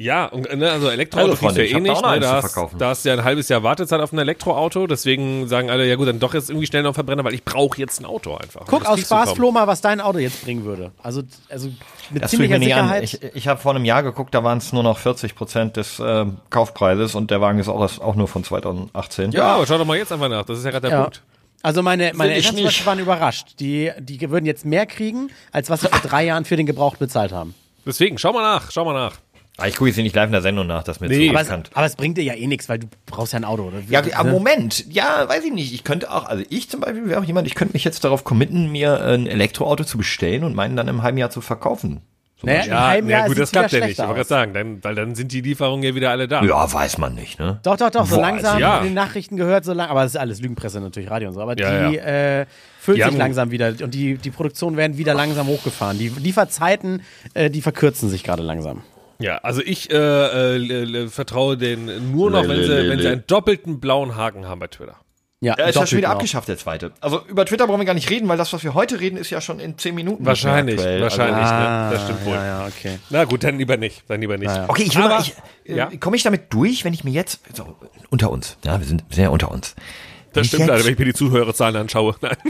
ja, und, ne, also Elektroauto
Also,
kriegst du
Freunde,
ja
ich
eh nicht.
hab da auch noch
Ne,
eins
da,
zu
hast,
verkaufen.
da hast du ja ein halbes Jahr Wartezeit auf ein Elektroauto, deswegen sagen alle, ja gut, dann doch jetzt irgendwie schnell noch einen Verbrenner, weil ich brauche jetzt ein Auto einfach. um
Guck
Das
aus
kriegst du
Spaß,
kaum.
Flo, mal, was dein Auto jetzt bringen würde. Also, also mit
Das tue ich mir
ziemlicher
nicht an.
Sicherheit.
Ich, ich habe vor einem Jahr geguckt, da waren es nur noch 40 Prozent des ähm, Kaufpreises und der Wagen ist auch, auch nur von 2018.
Ja, aber schau doch mal jetzt einfach nach, das ist ja gerade der
Ja.
Punkt.
Also meine, meine
ich
Eltern zum
nicht.
Beispiel waren überrascht. Die, die würden jetzt mehr kriegen, als was sie vor drei Jahren für den Gebraucht bezahlt haben.
Deswegen, schau mal nach, schau mal nach.
Ah, ich gucke jetzt hier nicht live in der Sendung nach, das ist mir
Nee.
zu
Aber es,
bekannt.
aber es bringt dir ja eh nichts, weil du brauchst ja ein Auto. Oder?
Ja, aber Moment, ja, weiß ich nicht. Ich könnte auch, also ich zum Beispiel wäre auch jemand, ich könnte mich jetzt darauf committen, mir ein Elektroauto zu bestellen und meinen dann im halben Jahr zu verkaufen.
naja, im Ne? halben Jahr
gut,
sieht's
das klappt
wieder
ja nicht. Ich
schlechter
wollte gerade
aus.
sagen, dann, weil dann sind die Lieferungen ja wieder alle da.
Ja, weiß man nicht, ne?
Doch, doch, doch, so
Boah,
langsam
also ja.
in den Nachrichten gehört, so lang, aber es ist alles Lügenpresse natürlich, Radio und so, aber
Ja,
die Äh, füllt
Die
sich
haben-
langsam wieder und die, die Produktionen werden wieder langsam hochgefahren. Die Lieferzeiten, äh, die verkürzen sich gerade langsam.
Ja, also ich äh, äh, l- l- vertraue denen nur noch,
Nee,
wenn
nee,
sie,
nee,
wenn sie
nee.
einen doppelten blauen Haken haben bei Twitter.
Ja,
Er ist ja schon
doppelt
wieder
genau. noch.
abgeschafft, der zweite. Also über Twitter brauchen wir gar nicht reden, weil das, was wir heute reden, ist ja schon in zehn Minuten.
Wahrscheinlich,
aktuell. Also
wahrscheinlich. ne?
Ah,
Das stimmt wohl.
Ja, ja, okay.
Na gut, dann lieber nicht. Dann lieber nicht.
Also, okay, ich will
Aber-
mal, ich, äh,
ja.
komme ich damit durch, wenn ich mir jetzt, so, unter uns, ja, wir sind sehr unter uns. Wenn
Das
ich
stimmt
jetzt-
leider, wenn ich mir die Zuhörerzahlen anschaue. Nein.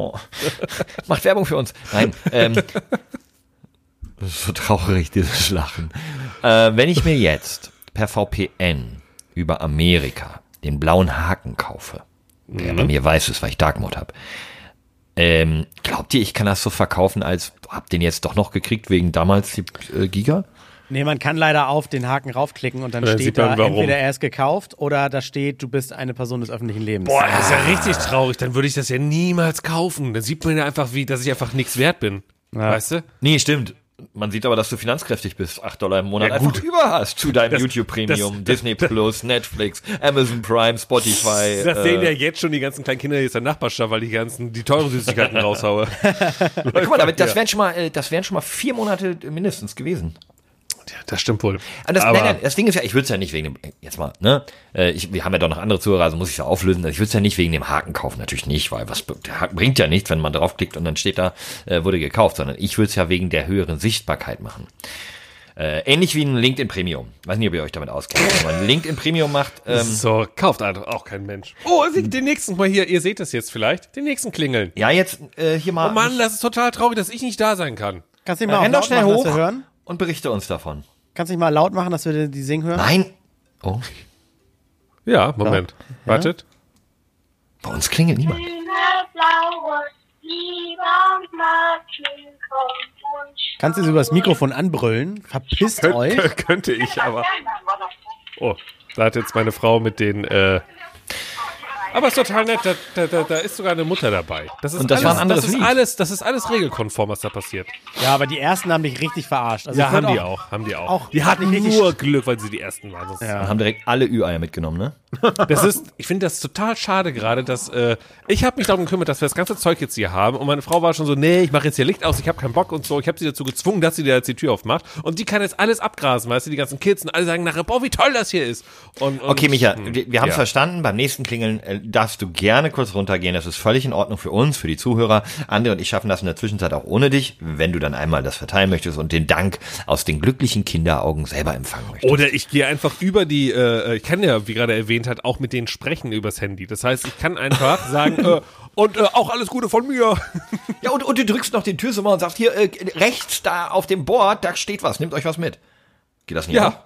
Oh. Macht Werbung für uns. Nein. Ähm, das ist so traurig, dieses Lachen. Äh, wenn ich mir jetzt per VPN über Amerika den blauen Haken kaufe, der bei mir weiß ist, weil ich Dark Mode habe, ähm, glaubt ihr, ich kann das so verkaufen als, hab den jetzt doch noch gekriegt wegen damals die äh, Giga?
Nee, man kann leider auf den Haken raufklicken und dann,
Dann sieht
steht da
man, warum.
entweder er ist gekauft oder da steht, du bist eine Person des öffentlichen Lebens.
Boah, das ist ja richtig traurig. Dann würde ich das ja niemals kaufen. Dann sieht man ja einfach, wie, dass ich einfach nichts wert bin. Weißt du?
Nee, stimmt. Man sieht aber, dass du finanzkräftig bist. 8 Dollar im Monat
Ja,
einfach
gut.
über hast zu deinem
Das-
YouTube-Premium,
das-
Disney Plus, Netflix, Amazon Prime, Spotify.
Das sehen ja
äh,
jetzt schon die ganzen kleinen Kinder jetzt der Nachbarschaft, weil ich die ganzen, die teuren Süßigkeiten raushaue.
guck mal, damit, das, wären schon mal, äh, das wären schon mal vier Monate mindestens gewesen.
Das stimmt wohl.
Und das, nein, nein, das Ding ist ja, ich würde es ja nicht wegen dem, jetzt mal, ne? Äh, Ich, wir haben ja doch noch andere Zuhörer, also muss ich ja auflösen. Also Ich würde es ja nicht wegen dem Haken kaufen, natürlich nicht, weil was der Haken bringt ja nichts, wenn man draufklickt und dann steht da, äh, wurde gekauft, sondern ich würde es ja wegen der höheren Sichtbarkeit machen. Äh, ähnlich wie ein LinkedIn Premium. Weiß nicht, ob ihr euch damit auskennt. Wenn man LinkedIn Premium macht, ähm,
So, kauft einfach auch kein Mensch. Oh, sie- den nächsten, mal hier, ihr seht das jetzt vielleicht, den nächsten klingeln.
ja, jetzt äh, hier mal.
Oh Mann, das ist total traurig, dass ich nicht da sein kann.
Kannst du nicht
Äh,
mal
renn
auf
doch
laut
schnell
machen,
hoch
dass wir hören?
und berichte uns davon.
Kannst du nicht mal laut machen, dass wir die singen hören?
Nein. Oh,
Ja, Moment. Wartet.
bei uns klingelt niemand.
Grüne Blaue, lieber Martin, komm und
Kannst du sie übers Mikrofon anbrüllen? Verpisst euch.
Kön- Könnte ich, aber. Oh, da hat jetzt meine Frau mit den. Äh aber ist total nett, da, da, da, da ist sogar eine Mutter dabei. Das ist
Und das
alles,
war ein anderes
das ist
Lied.
alles, das ist alles regelkonform, was da passiert.
Ja, aber die ersten haben dich richtig verarscht. Also
ja,
ich
haben
fand
die auch, haben die auch.
auch-
die hatten
richtig-
nur Glück, weil sie die ersten waren. Sonst
Und haben direkt alle Ü-Eier mitgenommen, ne?
Das ist, ich finde das total schade gerade, dass äh, ich habe mich darum gekümmert, dass wir das ganze Zeug jetzt hier haben und meine Frau war schon so, nee, ich mache jetzt hier Licht aus, ich habe keinen Bock und so. Ich habe sie dazu gezwungen, dass sie da jetzt die Tür aufmacht und die kann jetzt alles abgrasen, weißt du, die ganzen Kids und alle sagen nachher, boah, wie toll das hier ist. Und, und,
Okay, Micha, wir, wir haben
Hm. ja.
es verstanden. Beim nächsten Klingeln äh, darfst du gerne kurz runtergehen. Das ist völlig in Ordnung für uns, für die Zuhörer. Andre und ich schaffen das in der Zwischenzeit auch ohne dich, wenn du dann einmal das verteilen möchtest und den Dank aus den glücklichen Kinderaugen selber empfangen möchtest.
Oder ich gehe einfach über die, äh, ich kann ja, wie gerade erwähnt hat, auch mit denen sprechen übers Handy. Das heißt, ich kann einfach sagen, äh, und äh, auch alles Gute von mir.
Ja, und, und du drückst noch den Türsummer und sagst, hier äh, rechts da auf dem Board, da steht was, nehmt euch was mit. Geht das nicht?
Ja.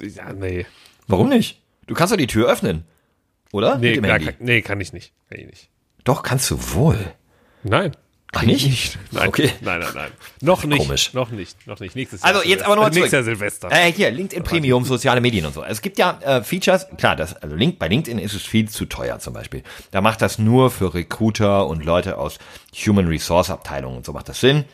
ja, nee.
Warum nicht? Du kannst doch die Tür öffnen. Oder?
Nee,
Mit dem
na,
Handy.
kann, nee, kann ich nicht. Kann ich nicht.
Doch, kannst du wohl.
Nein.
Ach, nicht?
Nein,
Okay.
nein, nein, nein. Noch nicht.
Komisch.
Noch nicht. Noch nicht. Nächstes Jahr.
Also jetzt aber nochmal
Silvester.
zurück.
Nächster Silvester.
Äh, hier, LinkedIn Premium, soziale Medien und so. Es gibt ja äh, Features, klar, das, also Link, bei LinkedIn ist es viel zu teuer zum Beispiel. Da macht das nur für Recruiter und Leute aus Human Resource Abteilungen und so macht das Sinn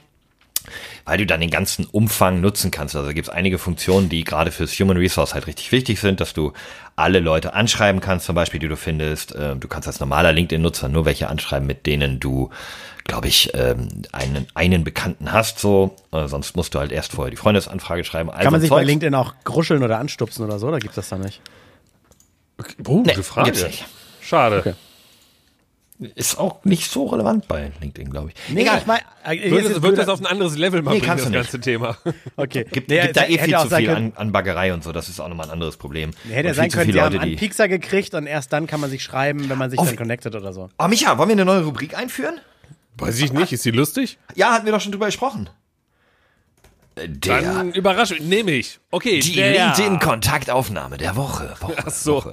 weil du dann den ganzen Umfang nutzen kannst. Also gibt es einige Funktionen, die gerade fürs Human Resource halt richtig wichtig sind, dass du alle Leute anschreiben kannst, zum Beispiel, die du findest. Ähm, Du kannst als normaler LinkedIn-Nutzer nur welche anschreiben, mit denen du, glaube ich, ähm, einen, einen Bekannten hast, so. Äh, Sonst musst du halt erst vorher die Freundesanfrage schreiben. Also
Kann man sich bei
Zeugs.
LinkedIn auch gruscheln oder anstupsen oder so? Oder gibt's das da nicht?
Oh,
Nee,
gute Frage.
gibt's nicht.
Schade.
Ist auch nicht so relevant bei LinkedIn, glaube ich. Egal.
ich mein, äh, jetzt
Wird, das,
ist
wird
blöder-
das auf ein anderes Level mal
Nee,
bringen,
kannst
das
du
ganze Thema?
Okay.
Gibt,
Nee,
gibt da eh
hätte
viel
auch
zu
sein
viel
können-
an, an Baggerei und so. Das ist auch nochmal ein anderes Problem.
Hätte
und
ja sein
viel zu
können,
viele
sie haben
Leute,
einen
die.
Piekser gekriegt und erst dann kann man sich schreiben, wenn man sich
Auf-
dann connectet oder so.
Oh, Micha, wollen wir eine neue Rubrik einführen?
Weiß ich nicht. Ist die lustig?
Ja, hatten wir doch schon drüber gesprochen. Äh, Der
Dann überrasch mich. Nehme ich. Okay.
die
der.
LinkedIn-Kontaktaufnahme der Woche. Woche. Ach
So.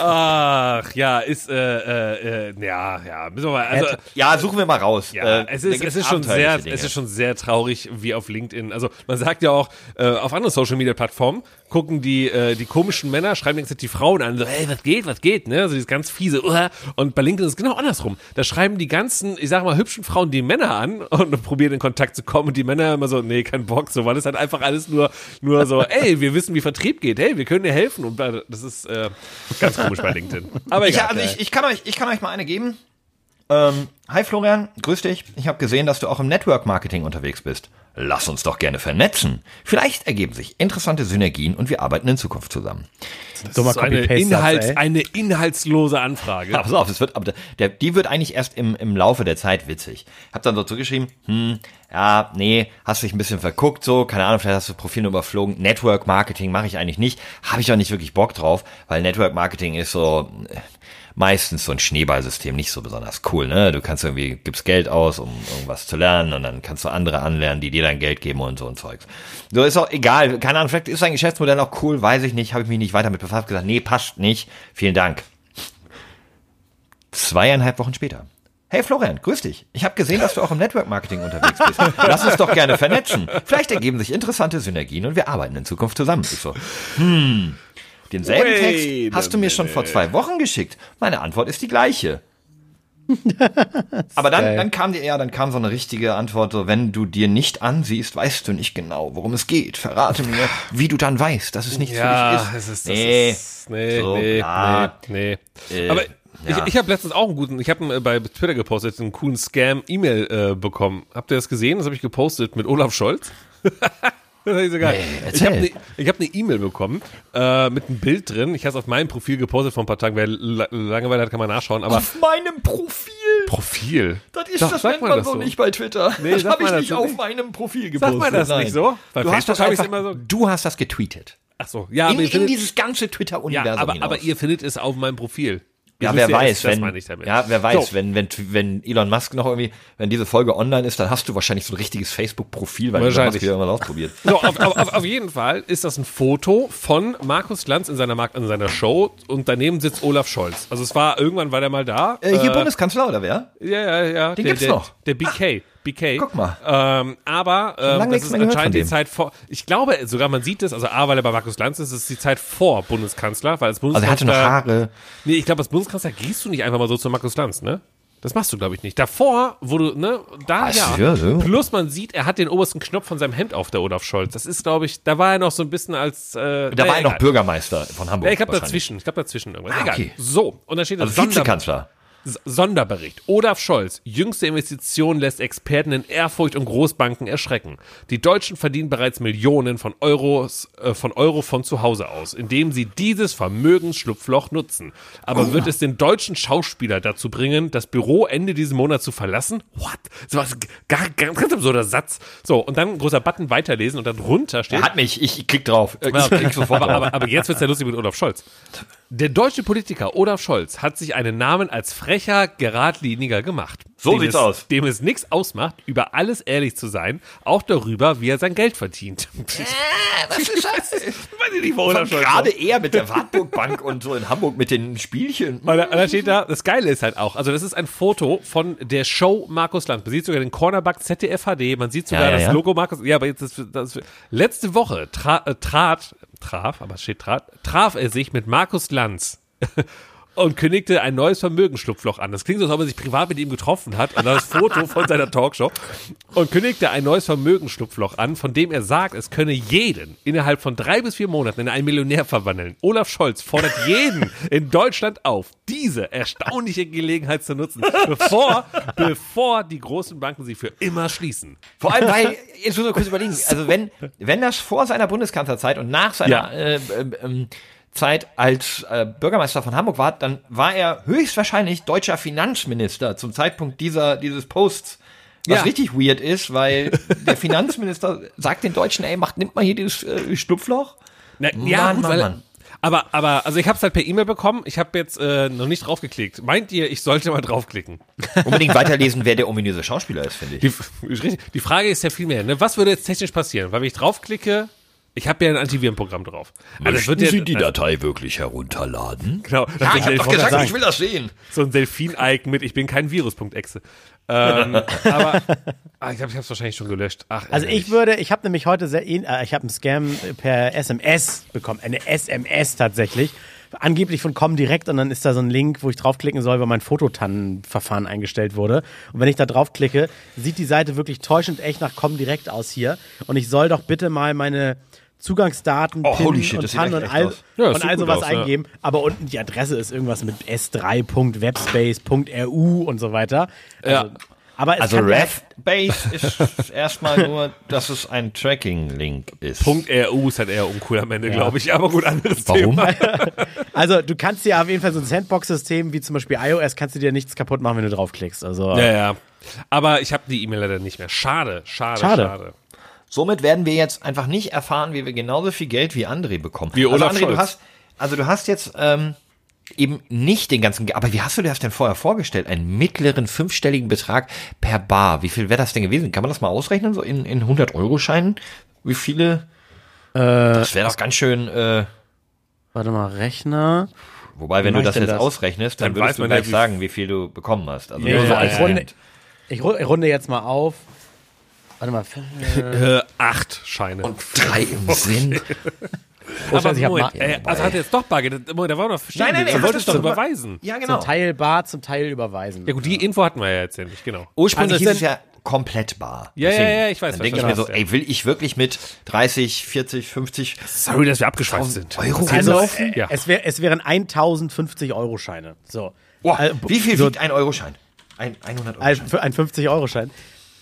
Ach, ja, ist, äh, äh, äh, ja, ja, müssen wir mal, also,
ja, suchen wir mal raus.
Ja,
Äh,
es,
da
ist,
gibt's
es, ist schon
abenteuerliche
sehr,
Dinge.
es ist schon sehr traurig, wie auf LinkedIn. Also man sagt ja auch, äh, auf anderen Social-Media-Plattformen gucken die, äh, die komischen Männer, schreiben die ganze Zeit die Frauen an, so, hey, was geht, was geht, ne? Also dieses ganz fiese, uh. und bei LinkedIn ist es genau andersrum. Da schreiben die ganzen, ich sag mal, hübschen Frauen die Männer an und probieren in Kontakt zu kommen und die Männer immer so, nee, kein Bock, so, weil es halt einfach alles nur, nur so, ey, wir wissen, wie Vertrieb geht, hey, wir können dir helfen und bla- das ist äh, ganz komisch bei LinkedIn. Aber
Ich,
egal.
also ich, ich, kann euch, ich kann euch mal eine geben. Ähm, hi Florian, grüß dich. Ich habe gesehen, dass du auch im Network-Marketing unterwegs bist. Lass uns doch gerne vernetzen. Vielleicht ergeben sich interessante Synergien und wir arbeiten in Zukunft zusammen.
Dummer
das ist eine,
Copy-Paste-Satz,
Inhalts,
ey.
eine inhaltslose Anfrage.
Ja, pass auf, es wird, aber der, die wird eigentlich erst im, im Laufe der Zeit witzig. Hab dann so zugeschrieben, hm, ja, nee, hast dich ein bisschen verguckt, so, keine Ahnung, vielleicht hast du Profil nur überflogen. Network Marketing mache ich eigentlich nicht, habe ich auch nicht wirklich Bock drauf, weil Network Marketing ist so äh, meistens so ein Schneeballsystem, nicht so besonders cool, ne? Du kannst irgendwie, gibst Geld aus, um irgendwas zu lernen und dann kannst du andere anlernen, die dir dann Geld geben und so ein Zeugs. So ist auch egal, keine Ahnung, vielleicht ist dein Geschäftsmodell auch cool, weiß ich nicht, habe ich mich nicht weiter mit befasst, gesagt, nee, passt nicht, vielen Dank zweieinhalb Wochen später. Hey Florian, grüß dich. Ich habe gesehen, dass du auch im Network Marketing unterwegs bist. Lass uns doch gerne vernetzen. Vielleicht ergeben sich interessante Synergien und wir arbeiten in Zukunft zusammen. Ich so, hm. Denselben
Wait
Text hast du mir schon vor zwei Wochen geschickt. Meine Antwort ist die gleiche. Aber dann, dann kam die, ja, dann kam so eine richtige Antwort, so, wenn du dir nicht ansiehst, weißt du nicht genau, worum es geht. Verrate mir, wie du dann weißt, dass es nichts für dich ist.
es ist, das
Nee.
ist, nee,
So,
nee,
ja.
nee, nee.
Äh,
Aber
ja.
ich, ich habe letztens auch einen guten, ich habe äh, bei Twitter gepostet, einen coolen Scam-E-Mail äh, bekommen. Habt ihr das gesehen? Das habe ich gepostet mit Olaf Scholz. Das ist egal. ich habe
erzähl.
eine ich hab ne E-Mail bekommen äh, mit einem Bild drin. Ich habe es auf meinem Profil gepostet vor ein paar Tagen. Wer la- Langeweile hat, kann mal nachschauen. Aber
Auf meinem Profil.
Profil.
Das ist,
Doch,
das
sagt
nennt
man
man
das
so
so?
nicht bei Twitter.
Nee,
das
sagt
habe ich
man das
nicht
so
auf
nicht?
meinem Profil gepostet.
Sagt man das
Nein.
nicht so? Bei
du hast
Facebook
das
habe ich
einfach,
es immer so.
Du hast das getweetet.
Ach so, ja,
in,
aber ihr
in
findet,
dieses ganze
ja,
Twitter-Universum.
aber,
hinaus.
aber ihr findet es auf meinem Profil. Ihr
Ja,
wisst
wer weiß,
es, das
wenn,
meine ich damit.
ja, wer weiß,
So.
wenn, wenn, wenn Elon Musk noch irgendwie, wenn diese Folge online ist, dann hast du wahrscheinlich so ein richtiges Facebook-Profil, weil Elon Musk
Wahrscheinlich.
wieder mal ausprobiert.
So, auf, auf, auf, auf jeden Fall ist das ein Foto von Markus Lanz in seiner, Mark in seiner Show und daneben sitzt Olaf Scholz. Also es war, irgendwann war der mal da. Äh,
Äh, hier Bundeskanzler, oder wer?
ja, ja, ja.
den
der,
gibt's
der,
noch.
Der BK. BK.
guck mal.
Ähm, aber ähm,
lange
das
nichts
ist
mehr gehört von
anscheinend die
dem.
Zeit vor, ich glaube sogar, man sieht es, also A, weil er bei Markus Lanz ist, es ist die Zeit vor Bundeskanzler, weil als
Also er hatte
Bundeskanzler...
noch Haare.
Nee, ich glaube, als Bundeskanzler gehst du nicht einfach mal so zu Markus Lanz, ne? Das machst du, glaube ich, nicht. Davor, wo du, ne, da
Ach,
ja.
ja, so.
Plus man sieht, er hat den obersten Knopf von seinem Hemd auf, der Olaf Scholz. Das ist, glaube ich, da war er noch so ein bisschen als. Äh,
Da war er noch
Bürger.
Bürgermeister von Hamburg.
Ja, ich glaube
wahrscheinlich.
dazwischen. Ich glaube dazwischen irgendwas.
Ah,
Egal.
okay.
So, und dann steht
Also
da Sonder
Vizekanzler.
S- Sonderbericht. Olaf Scholz. Jüngste Investition lässt Experten in Ehrfurcht und Großbanken erschrecken. Die Deutschen verdienen bereits Millionen von Euros, äh, von Euro von zu Hause aus, indem sie dieses Vermögensschlupfloch nutzen. Aber wird es den deutschen Schauspieler dazu bringen, das Büro Ende diesen Monat zu verlassen? What? So was, g- gar, ganz, ganz absurder Satz. So, und dann ein großer Button weiterlesen und dann runter steht.
Er hat mich, ich, ich klick drauf. Äh,
Genau,
Ich klick sofort
Aber,
drauf.
aber, aber jetzt wird's ja lustig mit Olaf Scholz. Der deutsche Politiker Olaf Scholz hat sich einen Namen als frecher, geradliniger gemacht.
So
dem
sieht's
es,
aus.
Dem es nichts ausmacht, über alles ehrlich zu sein, auch darüber, wie er sein Geld verdient.
Äh, was ist das?
Weiß ich nicht, wo
Von
Olaf Scholz
Gerade er mit der Wartburg Bank und so in Hamburg mit den Spielchen.
Und da, und da steht da, das Geile ist halt auch, also das ist ein Foto von der Show Markus Lanz. Man sieht sogar den Cornerback ZDF HD, man sieht sogar
Ja, ja,
das
ja.
Logo Markus. Ja, aber jetzt ist das, letzte Woche tra, äh, trat, traf, aber es steht trat, traf er sich mit Markus Lanz. Und kündigte ein neues Vermögensschlupfloch an. Das klingt so, als ob er sich privat mit ihm getroffen hat und das Foto von seiner Talkshow. Und kündigte ein neues Vermögensschlupfloch an, von dem er sagt, es könne jeden innerhalb von drei bis vier Monaten in einen Millionär verwandeln. Olaf Scholz fordert jeden in Deutschland auf, diese erstaunliche Gelegenheit zu nutzen, bevor, bevor die großen Banken sie für immer schließen.
Vor allem, weil, jetzt muss man kurz überlegen, also wenn, wenn das vor seiner Bundeskanzlerzeit und nach
Ja.
seiner äh, ähm, ähm, Zeit als äh, Bürgermeister von Hamburg war, dann war er höchstwahrscheinlich deutscher Finanzminister zum Zeitpunkt dieser, dieses Posts. Was
Ja.
richtig weird ist, weil der Finanzminister sagt den Deutschen, ey, macht, nimmt mal hier dieses äh, Stupfloch.
Na, Ne, ja,
Mann,
gut,
Mann,
weil,
Mann.
Aber, aber, also ich habe es halt per E-Mail bekommen. Ich habe jetzt äh, noch nicht draufgeklickt. Meint ihr, ich sollte mal draufklicken?
Unbedingt weiterlesen, wer der ominöse Schauspieler ist, finde ich.
Die, die Frage ist ja viel mehr, ne? was würde jetzt technisch passieren? Weil wenn ich draufklicke, ich habe ja ein Antivirenprogramm drauf.
Hm.
Also das wird ja,
Datei wirklich herunterladen?
Genau, das ist ein Delphi-
sagen.
will das sehen.
so ein Delfin-Icon mit ich bin kein Virus.exe. Ähm, aber ah, ich glaube, ich habe es wahrscheinlich schon gelöscht. Ach,
Also
ärgerlich.
ich würde, ich habe nämlich heute sehr, ähn- äh, ich habe einen Scam per SMS bekommen, eine SMS tatsächlich. Angeblich von Comdirect und dann ist da so ein Link, wo ich draufklicken soll, weil mein Fototannenverfahren eingestellt wurde. Und wenn ich da draufklicke, sieht die Seite wirklich täuschend echt nach Comdirect aus hier. Und ich soll doch bitte mal meine Zugangsdaten,
Oh,
PIN
holy shit,
und
das sieht
TAN und
echt echt
all,
aus.
Ja, das
und
sieht
all
gut
sowas
aus, ja.
eingeben. Aber unten die Adresse ist irgendwas mit s3.webspace.ru und so weiter. Also,
Ja.
Aber es
Also
kann ja-
Ref-Base ist erstmal nur, dass es ein Tracking-Link ist.
Punkt RU ist halt eher uncool am Ende, glaube ich. Aber gut, anderes
Warum?
Thema.
Also du kannst dir auf jeden Fall so ein Sandbox-System wie zum Beispiel iOS kannst du dir nichts kaputt machen, wenn du draufklickst. Also
Ja, ja. Aber ich habe die E-Mail leider nicht mehr. Schade, schade,
Schade.
schade.
Somit werden wir jetzt einfach nicht erfahren, wie wir genauso viel Geld wie André bekommen.
Wie Olaf
also André, du
Scholz.
hast, also du hast jetzt ähm, eben nicht den ganzen, Ge- aber wie hast du dir das denn vorher vorgestellt? Einen mittleren fünfstelligen Betrag per Bar. Wie viel wäre das denn gewesen? Kann man das mal ausrechnen, so in, in 100-Euro-Scheinen? Wie viele? das wäre doch ganz schön, äh,
warte mal, Rechner.
wobei, wenn
mach
du
ich
das
denn
jetzt
das?
ausrechnest, dann,
Dann
würdest
weiß
du
man ja,
gleich
wie-
sagen, wie viel du bekommen hast. Also nur
ja,
so
ja,
als
ich runde,
Hint.
ich ru- ich runde jetzt mal auf. Warte mal.
Äh, acht Scheine.
drei im Sinn.
Aber
ich hab
Moment,
Martin
äh, also hat er jetzt doch Bargeld. Moment, da war noch
Nein, nein, nein,
Du
er hat
wolltest
das
doch
zum-
überweisen.
Ja, genau.
Zum Teil bar, zum Teil überweisen.
Ja gut, die Info hatten wir ja jetzt ja nicht, genau.
Ursprünglich
Also
hieß
es
es ja komplett bar.
Ja, ja,
Deswegen,
ja, ich weiß,
Dann
was
denke
du
ich mir so,
meinst, ja.
ey, will ich wirklich mit 30, 40, 50
Sorry, dass wir abgeschweift sind. äh,
Euro
Also,
rumlaufen?
Ja.
es, wär, es wären 1050 Euro Scheine. So.
Boah, Also
Also,
Äh, wie viel
so,
wiegt ein Euroschein? Ein 100 Euro.
ein,
Schein.
für ein 50 Euro Schein.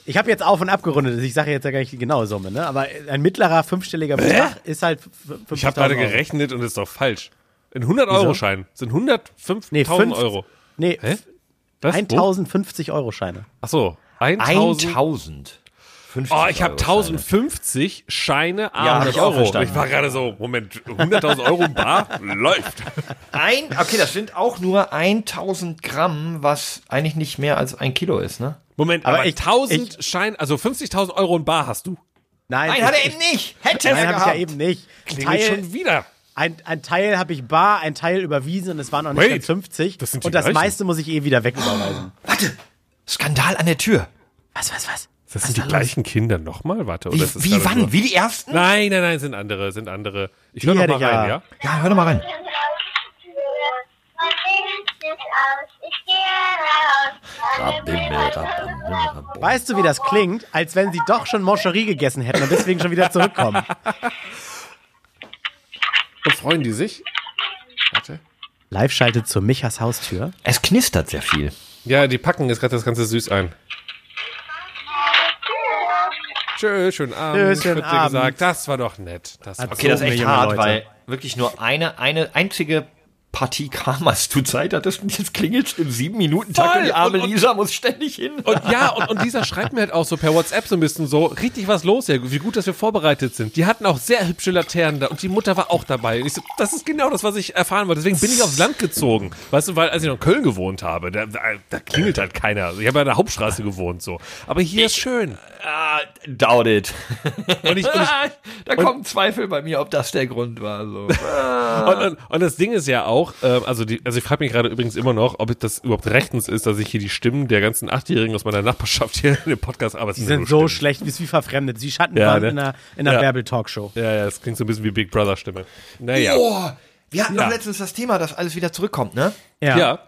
Ich habe jetzt auf und abgerundet, ich sage jetzt ja gar nicht die genaue Summe, ne? aber ein mittlerer fünfstelliger Betrag ist halt f- 50.000
Ich habe gerade
Euro.
gerechnet und ist doch falsch. Ein 100-Euro-Schein sind 105.000
Nee, fünf-
Euro.
Nee,
Hä?
f-
Was? Wo?
1050 Euro Scheine.
Ach so, 1000.
1000. 50
Oh, ich habe
Euro Scheine.
1050 Scheine
Ja,
A 100
hab ich auch
Euro.
verstanden.
Ich war gerade so, Moment, 100.000 Euro bar läuft.
Ein, okay, das sind auch nur 1000 Gramm, was eigentlich nicht mehr als ein Kilo ist, ne?
Moment, aber,
Aber ich-
1000 Scheine, also 50.000 Euro in bar hast du.
Nein,
Nein,
ich-
hat er eben nicht. Hätte
Nein,
er
habe ich
gehabt.
ja eben nicht. Ein
Klingelt
Teil,
schon wieder.
ein, ein Teil habe ich bar, ein Teil überwiesen und es waren auch nicht
Wait,
ganz 50.
das sind die
und das
gleichen.
meiste muss ich eh wieder wegüberweisen.
Warte, Skandal an der Tür.
Was, was, was?
Das sind die gleichen Kinder nochmal, warte.
Wie,
Oder ist es
wie
gerade
wann?
nur-
Wie die ersten?
Nein, nein, nein, sind andere, sind andere. Ich höre
Die
noch
hätte
mal
ich ja.
rein, ja?
Ja, hör doch mal rein.
Weißt du, wie das klingt? Als wenn sie doch schon Moncherie gegessen hätten und deswegen schon wieder zurückkommen.
Und freuen die sich? Warte.
Live schaltet zur Michas Haustür.
Es knistert sehr viel.
Ja, die packen jetzt gerade das Ganze süß ein. Tschö, schönen Abend.
Tschö, schönen
wird dir
Abend.
gesagt. Das war doch nett. Das war
Hat's-
Okay, das ist
Junge,
echt
junge
hart,
Leute.
weil wirklich nur eine, eine einzige Partie Kramers du Zeit hattest und jetzt klingelt im sieben Minuten Takt
Voll.
und die arme
Und- und-
Lisa muss ständig hin.
Und ja, und, und Lisa schreibt mir halt auch so per WhatsApp so ein bisschen so, richtig was los hier, wie gut, dass wir vorbereitet sind. Die hatten auch sehr hübsche Laternen da und die Mutter war auch dabei. Und ich so, das ist genau das, was ich erfahren wollte. Deswegen bin ich aufs Land gezogen. Weißt du, weil als ich noch in Köln gewohnt habe, da, da, da klingelt halt keiner. Also ich habe ja an der Hauptstraße gewohnt so. Aber hier ist schön.
Ah,
äh,
doubt it.
Und ich, und ich
da kommen Zweifel bei mir, ob das der Grund war. So.
Und, und, und das Ding ist ja auch, ähm, also, die, also ich frage mich gerade übrigens immer noch, ob das überhaupt rechtens ist, dass ich hier die Stimmen der ganzen Achtjährigen aus meiner Nachbarschaft hier in dem Podcast arbeite.
Die sind so schlecht, wie es wie verfremdet. Sie Schattenbahn
Ja, ne?
in einer, in einer
Ja.
Bärbel-Talkshow.
Ja, ja, das klingt so ein bisschen wie Big Brother Stimme. Naja.
Oh, wir hatten
Ja.
doch letztens das Thema, dass alles wieder zurückkommt, ne?
Ja.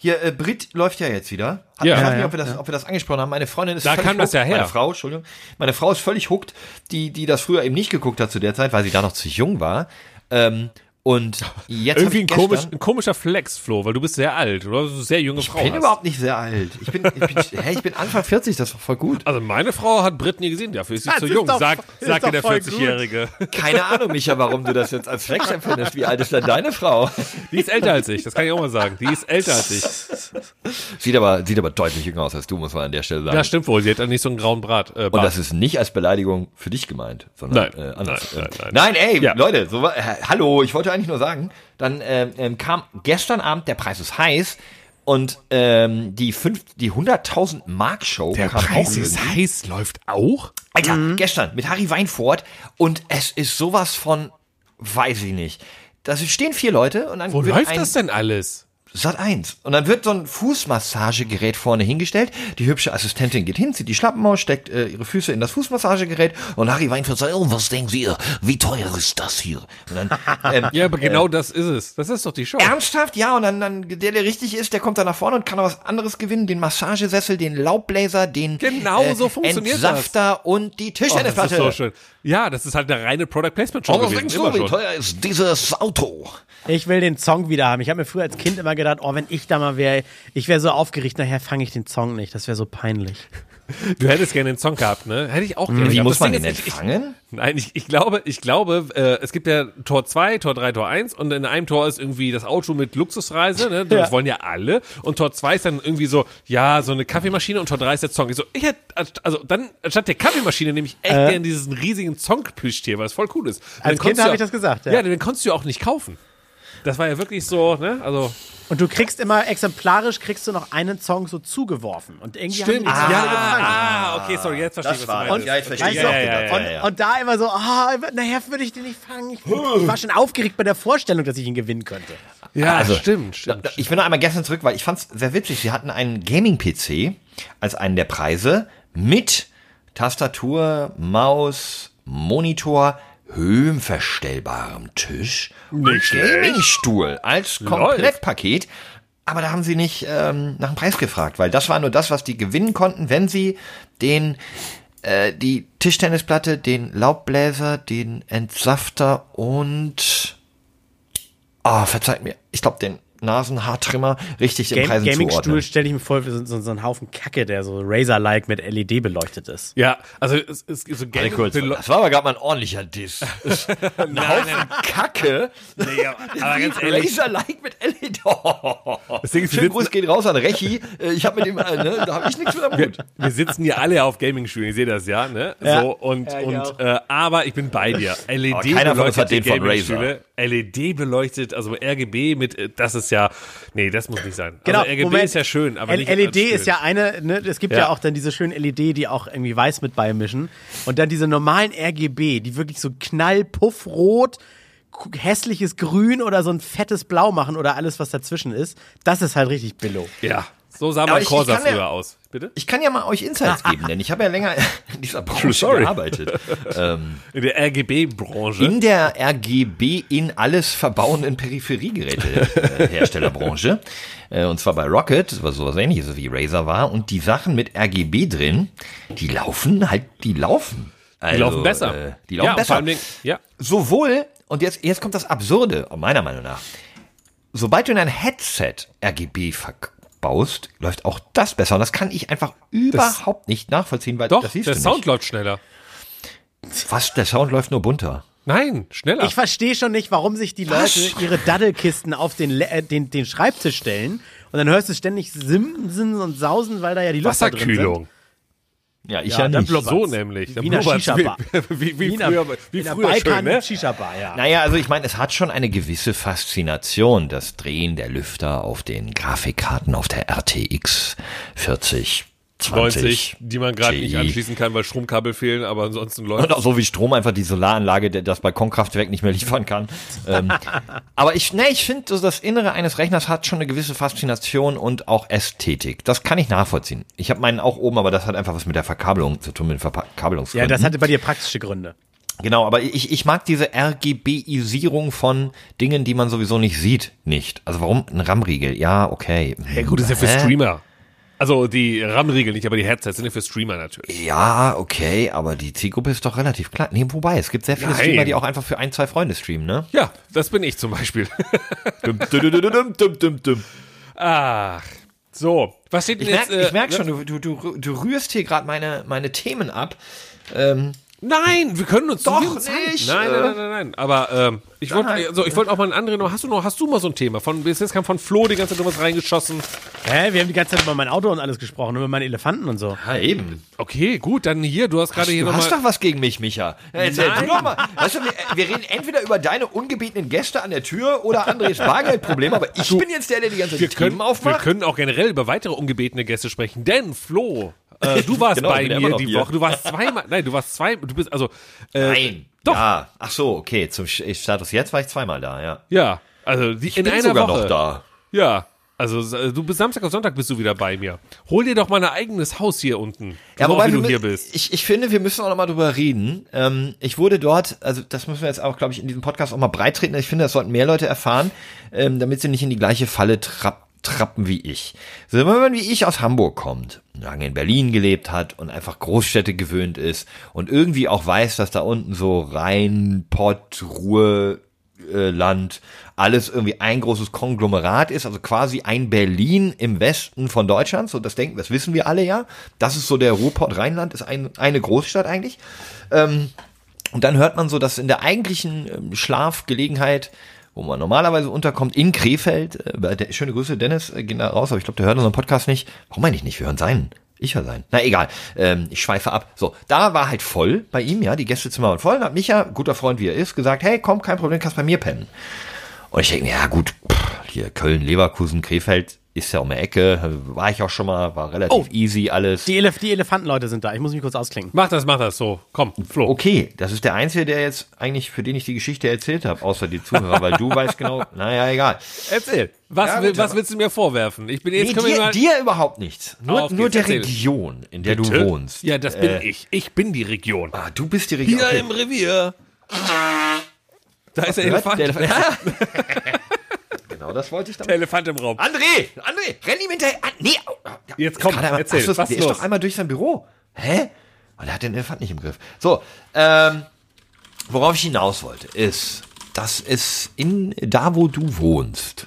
Hier, äh, Brit läuft ja jetzt wieder. Hat,
Ja.
Ich weiß
Ja,
nicht,
ja.
ob wir, das, ob wir das angesprochen haben. Meine Freundin ist
Da
völlig
kam das
hooked.
ja her.
Meine Frau, Entschuldigung. Meine Frau ist völlig hooked, die, die das früher eben nicht geguckt hat zu der Zeit, weil sie da noch zu jung war. Ähm, und jetzt
Irgendwie ein,
hab ich
komisch,
gestern-
ein komischer Flex, Flo, weil du bist sehr alt oder so sehr junge
Ich
Frau.
bin
hast.
überhaupt nicht sehr alt. Ich bin, ich bin, hä, ich bin Anfang 40, das war voll gut.
Also meine Frau hat Brit nie gesehen, dafür ist sie
Das
zu
ist
jung,
doch-
sagt
ist
sagt
doch
der
voll gut.
40-Jährige.
Keine Ahnung, Micha, warum du das jetzt als Flex empfindest. Wie alt ist denn deine Frau?
Die ist älter als ich, das kann ich auch mal sagen. Die ist älter als ich.
Sieht aber, sieht aber deutlich jünger aus als du, muss man an der Stelle sagen.
Ja, stimmt wohl, sie hat dann nicht so einen grauen Brat. Äh,
Und
Bart.
das ist nicht als Beleidigung für dich gemeint, sondern
Nein,
äh, anders.
nein,
Nein,
nein,
nein,
nein.
ey,
Ja.
Leute, so, war- äh, hallo, ich wollte eigentlich nur sagen, dann ähm, ähm, kam gestern Abend der Preis ist heiß und ähm, die, fünf, die 100.000 Mark Show
der
kam
Preis
auch
ist
irgendwie.
heiß, läuft auch?
Alter,
Mhm.
gestern mit Harry Weinfurt und es ist sowas von, weiß ich nicht. Da stehen vier Leute und dann
Wo
wird
läuft
ein,
das denn alles?
Sat 1. Und dann wird so ein Fußmassagegerät vorne hingestellt. Die hübsche Assistentin geht hin, zieht die Schlappen aus, steckt äh, ihre Füße in das Fußmassagegerät und Harry Weinfurt sagt, oh, was denken Sie, wie teuer ist das hier? Und dann, ähm,
Ja, aber genau das ist es. Das ist doch die Show.
Ernsthaft? Ja, und dann, dann der, der richtig ist, der kommt dann nach vorne und kann noch was anderes gewinnen. Den Massagesessel, den Laubbläser, den äh,
Genau so funktioniert das.
Entsafter und die
Oh, das ist
Tischtennisplatte.
so schön. Ja, das ist halt eine reine Product Placement Show
Oh, was
gewesen.
denkst
Immer
du, wie
schon.
teuer ist dieses Auto?
Ich will den Song wieder haben. Ich habe mir früher als Kind immer gedacht, oh, wenn ich da mal wäre, ich wäre so aufgeregt, nachher fange ich den Song nicht. Das wäre so peinlich.
Du hättest gerne den Song gehabt, ne? Hätte ich auch gerne.
Wie
gehabt.
muss
Das
man
Ding
den
ist, ich- ich-
empfangen?
Nein, ich, ich glaube, ich glaube, äh, es gibt ja Tor 2, Tor 3, Tor 1 und in einem Tor ist irgendwie das Auto mit Luxusreise, ne? Das
Ja.
wollen ja alle. Und Tor 2 ist dann irgendwie so, ja, so eine Kaffeemaschine und Tor 3 ist der Song. Ich so, ich hätte, anst- also dann, anstatt der Kaffeemaschine nehme ich echt gerne diesen riesigen Song-Plüschtier, weil es voll cool ist. Und dann
Äh. Kind
konntest du
habe
ja-
ich das gesagt,
Ja.
ja.
den konntest du ja auch nicht kaufen. Das war ja wirklich so, ne? Also,
Und du kriegst immer exemplarisch, kriegst du noch einen Song so zugeworfen. Und irgendwie haben die das
ja,
alle gefangen.
ah, okay, sorry, jetzt verstehe ich, was du meinst.
ja, jetzt verstehe
Weißt
ich
du,
auch
ja,
gedacht.
ja,
und, und da immer so, ah, nachher würde ich den nicht fangen. Ich, ich war schon aufgeregt bei der Vorstellung, dass ich ihn gewinnen könnte.
Ja,
Also,
stimmt,
Da-
stimmt.
da- Ich bin noch einmal gestern zurück, weil ich fand's sehr witzig. Sie hatten einen Gaming-PC als einen der Preise mit Tastatur, Maus, Monitor, höhenverstellbarem Tisch und
Nicht schlecht.
Gamingstuhl als Komplettpaket. Aber da haben sie nicht ähm, nach dem Preis gefragt, weil das war nur das, was die gewinnen konnten, wenn sie den äh, die Tischtennisplatte, den Laubbläser, den Entsafter und Ah, verzeiht mir. Ich glaube, den Nasenhaartrimmer richtig den
Game
Preisen
Gaming-Stuhl
zuordnen.
stelle ich mir vor, wie so, so, so ein Haufen Kacke, der so Razer-like mit LED beleuchtet ist.
Ja, also es es gibt so Gaming
Kurz, das war aber gerade mal ein ordentlicher Diss. Ein Haufen Kacke.
Nee, aber, aber ganz ehrlich,
Laserlight mit LED. Oh.
Ding ist, wir
Schönen Gruß
sitzen-
geht raus an Rechi. Äh, Ich habe mit dem, äh, ne, da habe ich nichts mehr am Hut.
wir sitzen hier alle auf Gaming-Stühlen, ich sehe das ja, ne?
Ja.
So, und,
Ja, ich auch.
und äh, aber ich bin bei dir. E LED
Aber keiner von uns hat den von
Gaming-Stühle. LED E beleuchtet, also RGB mit, äh, das ist ja, nee, das muss nicht sein.
Genau,
also RGB
Moment.
ist ja schön, aber
L-
nicht
E
LED
als
ist
Stühl.
ja eine, ne, es gibt ja.
Ja.
auch dann diese schönen LED, die auch irgendwie weiß mit beimischen. Und dann diese normalen RGB, die wirklich so knallpuffrot, k- hässliches Grün oder so ein fettes Blau machen oder alles, was dazwischen ist. Das ist halt richtig Billo.
Ja, so sah
Aber
mein
ich- ich
Corsa
kann ja-
früher aus. Bitte?
Ich kann ja mal euch Insights
Ah,
geben, denn ich habe ja länger in dieser Branche
Sorry.
gearbeitet. Ähm,
In der RGB-Branche.
in der RGB in alles verbauenden Peripheriegeräte-Herstellerbranche. äh, und zwar bei Rocket, was sowas ähnliches wie Razer war. Und die Sachen mit RGB drin, die laufen halt, die laufen.
Die
Also,
laufen besser.
Äh, die laufen
ja, und Vor
besser.
allen Dingen, ja.
Sowohl, und jetzt, jetzt kommt das Absurde, meiner Meinung nach. Sobald du in ein Headset RGB verbaust, läuft auch das besser. Und das kann ich einfach überhaupt nicht nachvollziehen, weil
Doch,
das siehst
der
du
Sound
nicht.
läuft schneller.
Fast, der Sound läuft nur bunter.
Nein, schneller.
Ich verstehe schon nicht, warum sich die
Was?
Leute ihre Daddelkisten auf den, Le- äh, den, den Schreibtisch stellen und dann hörst du ständig Simsen und Sausen, weil da ja die Lüfter drin sind.
Wasserkühlung.
Ja, ich
Ja, dann
nicht.
blubbert's.
So nämlich. Dann
Wiener
blubbert's.
Shisha-Bar.
Wie, wie, wie
Wie in
früher,
einer-
wie
in einer
früher schön, ne?
Balkan-Shisha-Bar, ja.
Naja, also ich meine, es hat schon eine gewisse Faszination, das Drehen der Lüfter auf den Grafikkarten auf der RTX 40,
90,
20,
die man gerade nicht
Ti.
anschließen kann, weil Stromkabel fehlen, aber ansonsten läuft
Und auch so wie Strom einfach die Solaranlage, der das Balkonkraftwerk nicht mehr liefern kann. ähm, aber ich, ne, ich finde, so das Innere eines Rechners hat schon eine gewisse Faszination und auch Ästhetik. Das kann ich nachvollziehen. Ich habe meinen auch oben, aber das hat einfach was mit der Verkabelung zu tun, mit den
Ja,
Verkabelungsgründen.
das hatte bei dir praktische Gründe.
Genau, aber ich, ich mag diese RGBisierung von Dingen, die man sowieso nicht sieht, nicht. Also warum ein RAM-Riegel? Ja, okay.
Ja, gut, ist ja für
Hä?
Streamer. Also die RAM-Riegel nicht, aber die Headsets sind ja für Streamer natürlich.
Ja, okay, aber die Zielgruppe ist doch relativ klar. Nee, wobei, es gibt sehr viele
Nein.
Streamer, die auch einfach für ein, zwei Freunde streamen, ne?
Ja, das bin ich zum Beispiel.
Dum, dum, dum, dum, dum, dum, dum.
Ach, so. Was steht denn
Ich merk,
jetzt? äh,
ich merk schon, du, du, du, du rührst hier gerade meine, meine Themen ab.
Nein, wir können uns
Doch
wir uns halten.
nicht,
Nein, nein,
äh.
nein, nein, nein. Aber ähm, ich wollte,
Nein.
also ich wollte auch mal einen anderen. noch- Hast du noch, hast du mal so ein Thema? Von bis jetzt kam von Flo die ganze Zeit was reingeschossen.
Hä, wir haben die ganze Zeit über mein Auto und alles gesprochen, über meine Elefanten und so.
Ja, eben.
Okay, gut, dann hier. Du hast gerade hier
Du hast
nochmal.
doch was gegen mich, Micha. Ja, Erzähl du doch mal. Weißt du, wir, wir reden entweder über deine ungebetenen Gäste an der Tür oder Andres Bargeldproblem, aber ich bin jetzt der, der die ganze Zeit
Wir
die
können,
Themen
wir
aufmacht.
können auch generell über weitere ungebetene Gäste sprechen, denn Flo, äh, du warst
Genau, ich
bei
bin immer
mir
noch
die
hier.
Woche. Du warst zweimal. Nein, du warst zwei. Du bist also. Äh,
Nein.
Doch.
Ja. Ach so, okay. Zum Sch- Status jetzt war ich zweimal da, ja.
Ja, also die, in
bin
einer
sogar
Woche.
noch da.
Ja, also s- du bist Samstag und Sonntag bist du wieder bei mir. Hol dir doch mal ein eigenes Haus hier unten. so auch, wie
wir
du hier
mü-
bist.
Ich, ich finde, wir müssen auch noch mal drüber reden. Ähm, ich wurde dort, also das müssen wir jetzt auch, glaube ich, in diesem Podcast auch mal breitreten. Ich finde, das sollten mehr Leute erfahren, ähm, damit sie nicht in die gleiche Falle trapp, trappen wie ich. So, wenn man wie ich aus Hamburg kommt, lange in Berlin gelebt hat und einfach Großstädte gewöhnt ist und irgendwie auch weiß, dass da unten so Rhein, Pott, Ruhe, äh, Land alles irgendwie ein großes Konglomerat ist, also quasi ein Berlin im Westen von Deutschland, so das denken, das wissen wir alle ja. Das ist so der Ruhrpott Rheinland, ist ein, eine Großstadt eigentlich. Ähm, und dann hört man so, dass in der eigentlichen ähm, Schlafgelegenheit, wo man normalerweise unterkommt, in Krefeld, äh, bei der, schöne Grüße, Dennis, äh, gehen da raus, aber ich glaube, der hört unseren Podcast nicht. Warum eigentlich nicht? Wir hören seinen. Ich höre seinen. Na egal, ähm, ich schweife ab. So, da war halt voll bei ihm, ja, die Gästezimmer waren voll. Dann hat Micha, guter Freund wie er ist, gesagt, hey, komm, kein Problem, kannst bei mir pennen. Und ich denke, mir, ja gut, pff, hier Köln, Leverkusen, Krefeld ist ja um die Ecke, war ich auch schon mal, war relativ easy alles.
Die, Elef die Elefantenleute sind da. Ich muss mich kurz ausklingen.
Mach das, mach das. So, komm, Flo.
Okay, das ist der Einzige, der jetzt eigentlich, für den ich die Geschichte erzählt habe, außer die Zuhörer, weil du weißt genau, naja, egal.
Erzähl. Was,
Ja,
will-
gut,
was
aber-
willst du mir vorwerfen? Ich bin jetzt
Nee,
können wir
dir,
mal-
dir überhaupt nichts. Nur,
Auf
nur
geht's,
der
erzähl.
Region, in der
Bitte?
du wohnst. Äh.
Ja, das bin ich. Ich bin die Region.
Ah, du bist die Region.
Hier
Okay.
im Revier. Da ist der Elefant. Der
Genau, das wollte ich damit.
Elefant im Raum.
André! André! Renn ihm hinterher! An, nee! au, au, ja,
Jetzt komm,
gerade einmal-
erzähl,
Ach so,
was
der
los?
ist doch einmal durch sein Büro. Hä? Und er hat den Elefant nicht im Griff. So, ähm, worauf ich hinaus wollte, ist, dass es in, da wo du wohnst,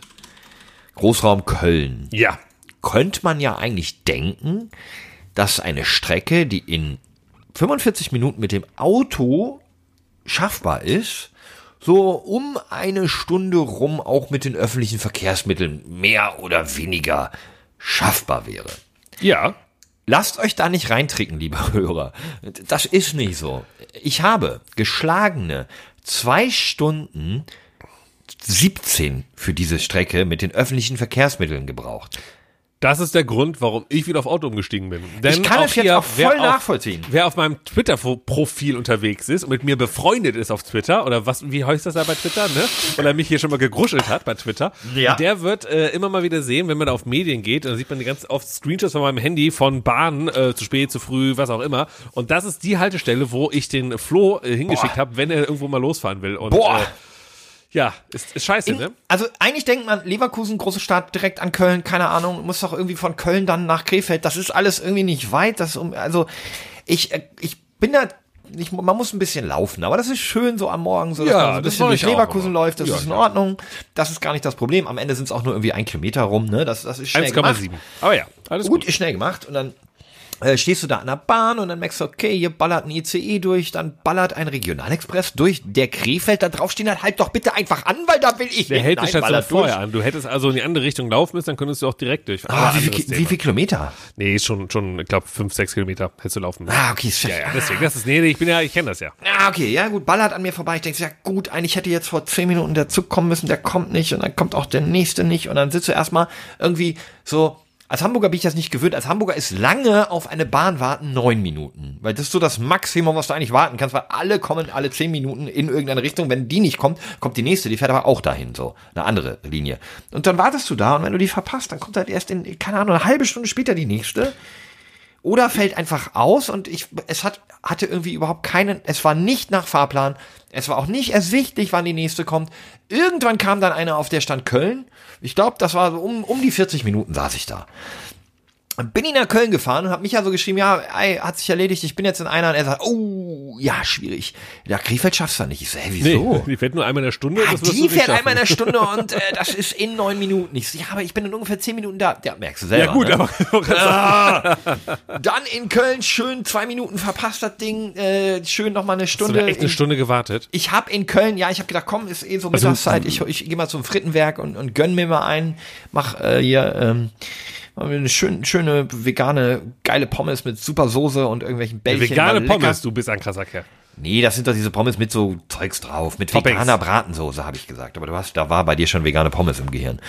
Großraum Köln,
Ja.
könnte man ja eigentlich denken, dass eine Strecke, die in 45 Minuten mit dem Auto schaffbar ist, so um eine Stunde rum auch mit den öffentlichen Verkehrsmitteln mehr oder weniger schaffbar wäre.
Ja.
Lasst euch da nicht reintricken, liebe Hörer. Das ist nicht so. Ich habe geschlagene zwei Stunden 17 für diese Strecke mit den öffentlichen Verkehrsmitteln gebraucht.
Das ist der Grund, warum ich wieder auf Auto umgestiegen bin. Denn
Ich kann
auch
es jetzt
hier,
auch
wer
voll nachvollziehen.
Auf, wer auf meinem Twitter-Profil unterwegs ist und mit mir befreundet ist auf Twitter, oder was, wie heißt das da bei Twitter, ne? Oder mich hier schon mal gegruschelt hat bei Twitter,
Ja.
der wird äh, immer mal wieder sehen, wenn man da auf Medien geht, dann sieht man ganz oft Screenshots von meinem Handy von Bahnen, äh, zu spät, zu früh, was auch immer. Und das ist die Haltestelle, wo ich den Flo äh, hingeschickt
Boah.
habe, wenn er irgendwo mal losfahren will. Und,
Boah.
Äh, ja, ist, ist scheiße, ne?
Also eigentlich denkt man, Leverkusen, große Stadt, direkt an Köln, keine Ahnung, muss doch irgendwie von Köln dann nach Krefeld. Das ist alles irgendwie nicht weit. Das um, also ich, äh, ich bin da. Ich, man muss ein bisschen laufen, aber das ist schön so am Morgen, so dass
Ja,
man so
das
ein bisschen
mach
durch
ich auch
Leverkusen
immer.
läuft, das
Ja,
ist in
ja.
Ordnung. Das ist gar nicht das Problem. Am Ende sind es auch nur irgendwie ein Kilometer rum, ne? Das, das ist schnell gemacht
1,7. Aber ja, alles
gut,
gut.
ist schnell gemacht und dann äh, stehst du da an der Bahn und dann merkst du, okay, hier ballert ein ICE durch, dann ballert ein Regionalexpress durch, der Krefeld da draufstehen hat, halt doch bitte einfach an, weil da will ich
Der
hin.
hält die
Nein,
Station
ballert
vorher an. Du hättest also in die andere Richtung laufen müssen, dann könntest du auch direkt durch.
durch. Ah,
Aber
wie,
anderes
viel,
Thema.
wie viel Kilometer?
Nee, schon, schon, ich glaube, fünf, sechs Kilometer hättest du laufen müssen.
Ah, okay, ist
Ja, ja, deswegen, das ist, nee, nee, ich bin ja, ich kenne das ja.
Ah, okay, ja gut, ballert an mir vorbei. Ich denke, ja gut, eigentlich hätte jetzt vor zehn Minuten der Zug kommen müssen, der kommt nicht und dann kommt auch der nächste nicht und dann sitzt du erstmal irgendwie so. Als Hamburger bin ich das nicht gewöhnt. Als Hamburger ist lange auf eine Bahn warten neun Minuten. Weil das ist so das Maximum, was du eigentlich warten kannst, weil alle kommen alle zehn Minuten in irgendeine Richtung. Wenn die nicht kommt, kommt die nächste, die fährt aber auch dahin, so. Eine andere Linie. Und dann wartest du da und wenn du die verpasst, dann kommt halt erst in, keine Ahnung, eine halbe Stunde später die nächste oder fällt einfach aus und ich es hat hatte irgendwie überhaupt keinen es war nicht nach Fahrplan es war auch nicht ersichtlich wann die nächste kommt irgendwann kam dann einer auf der stand Köln ich glaube das war so um um die 40 Minuten saß ich da bin ich nach Köln gefahren und habe mich ja so geschrieben, ja, ey, hat sich erledigt, ich bin jetzt in einer und er sagt, oh, ja, schwierig. Ja, Krefeld schaffst du nicht. Ich so, hä,
Nee,
wieso?
die fährt nur einmal in der Stunde.
Ah,
das wirst du
die
nicht
fährt
schaffen.
einmal in der Stunde und äh, das ist in neun Minuten. Ich so, ja, aber ich bin in ungefähr zehn Minuten da. Ja, merkst du selber.
Ja, gut,
ne?
aber
Dann in Köln schön zwei Minuten verpasst das Ding, äh, schön nochmal eine
hast du
Stunde.
da echt eine Stunde Also, gewartet?
Ich habe in Köln, ja, ich habe gedacht, komm, ist eh so
ähm,
Mittagszeit, ich, ich gehe mal zum Frittenwerk und, und gönn mir mal einen, mach äh, hier ähm, mach mir eine schön, schöne vegane, geile Pommes mit super Soße und irgendwelchen Bällchen.
Vegane
mal lecker.
Pommes, du bist ein krasser Kerl.
Nee, das sind doch diese Pommes mit so Zeugs drauf, mit
Toppings.
veganer Bratensoße, habe ich gesagt. Aber du hast, da war bei dir schon vegane Pommes im Gehirn.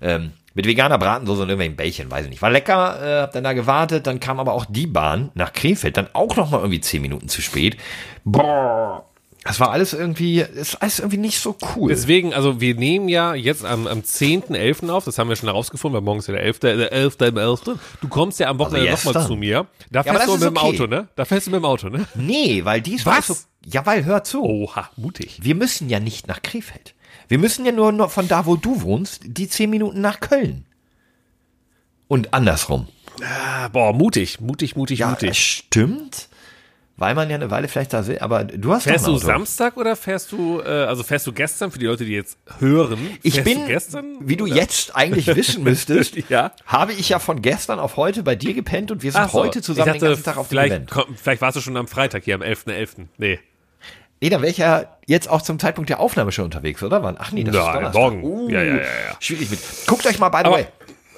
Ähm, mit veganer Bratensoße und irgendwelchen Bällchen, weiß ich nicht. War lecker, äh, hab dann da gewartet, dann kam aber auch die Bahn nach Krefeld, dann auch nochmal irgendwie zehn Minuten zu spät. Boah. Das war alles irgendwie, ist alles irgendwie nicht so cool.
Deswegen, also wir nehmen ja jetzt am, am 10.11. auf, das haben wir schon herausgefunden, weil morgen ist ja der 11., der 11. im 11. Du kommst ja am Wochenende
Also
nochmal
gestern.
zu mir. Da
aber
fährst du
das
mit
ist
dem
okay.
Auto, ne? Da fährst du mit dem Auto, ne?
nee, weil dies
Was? Oh.
so, ja, weil hör zu.
Oha, mutig.
Wir müssen ja nicht nach Krefeld. Wir müssen ja nur noch von da, wo du wohnst, die zehn Minuten nach Köln. Und andersrum.
Ah, Boah, mutig, mutig, mutig,
Ja,
mutig.
stimmt. Weil man ja eine Weile vielleicht da will, aber du hast
Fährst
doch
du
ein Auto.
Samstag oder fährst du, äh, also fährst du gestern für die Leute, die jetzt hören?
Ich
fährst
bin,
du gestern?
wie du jetzt eigentlich wissen müsstest,
Ja.
habe ich ja von gestern auf heute bei dir gepennt und wir sind
Ach so,
heute zusammen
ich dachte,
den ganzen Tag auf dem
vielleicht,
Event.
komm, vielleicht warst du schon am Freitag hier, am 11.11. Nee.
Nee, dann wäre ich ja jetzt auch zum Zeitpunkt der Aufnahme schon unterwegs, oder? Wann? Ach nee, das
Nein,
ist Donnerstag. Uh,
morgen. Ja, ja, ja, ja.
Schwierig mit. Guckt euch mal, by the
Aber-
way,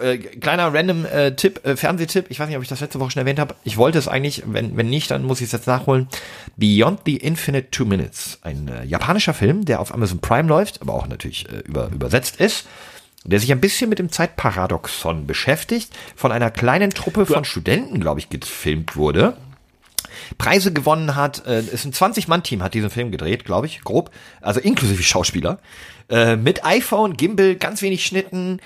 äh, kleiner random äh, Tipp, äh, Fernsehtipp. Ich weiß nicht, ob ich das letzte Woche schon erwähnt habe. Ich wollte es eigentlich, wenn, wenn nicht, dann muss ich es jetzt nachholen. Beyond the Infinite Two Minutes. Ein äh, japanischer Film, der auf Amazon Prime läuft, aber auch natürlich äh, über, übersetzt ist. Der sich ein bisschen mit dem Zeitparadoxon beschäftigt, von einer kleinen Truppe von Studenten, glaube ich, gefilmt wurde. Preise gewonnen hat. Äh, ist ein 20-Mann-Team, hat diesen Film gedreht, glaube ich, grob. Also inklusive Schauspieler. Äh, mit iPhone, Gimbal, ganz wenig Schnitten.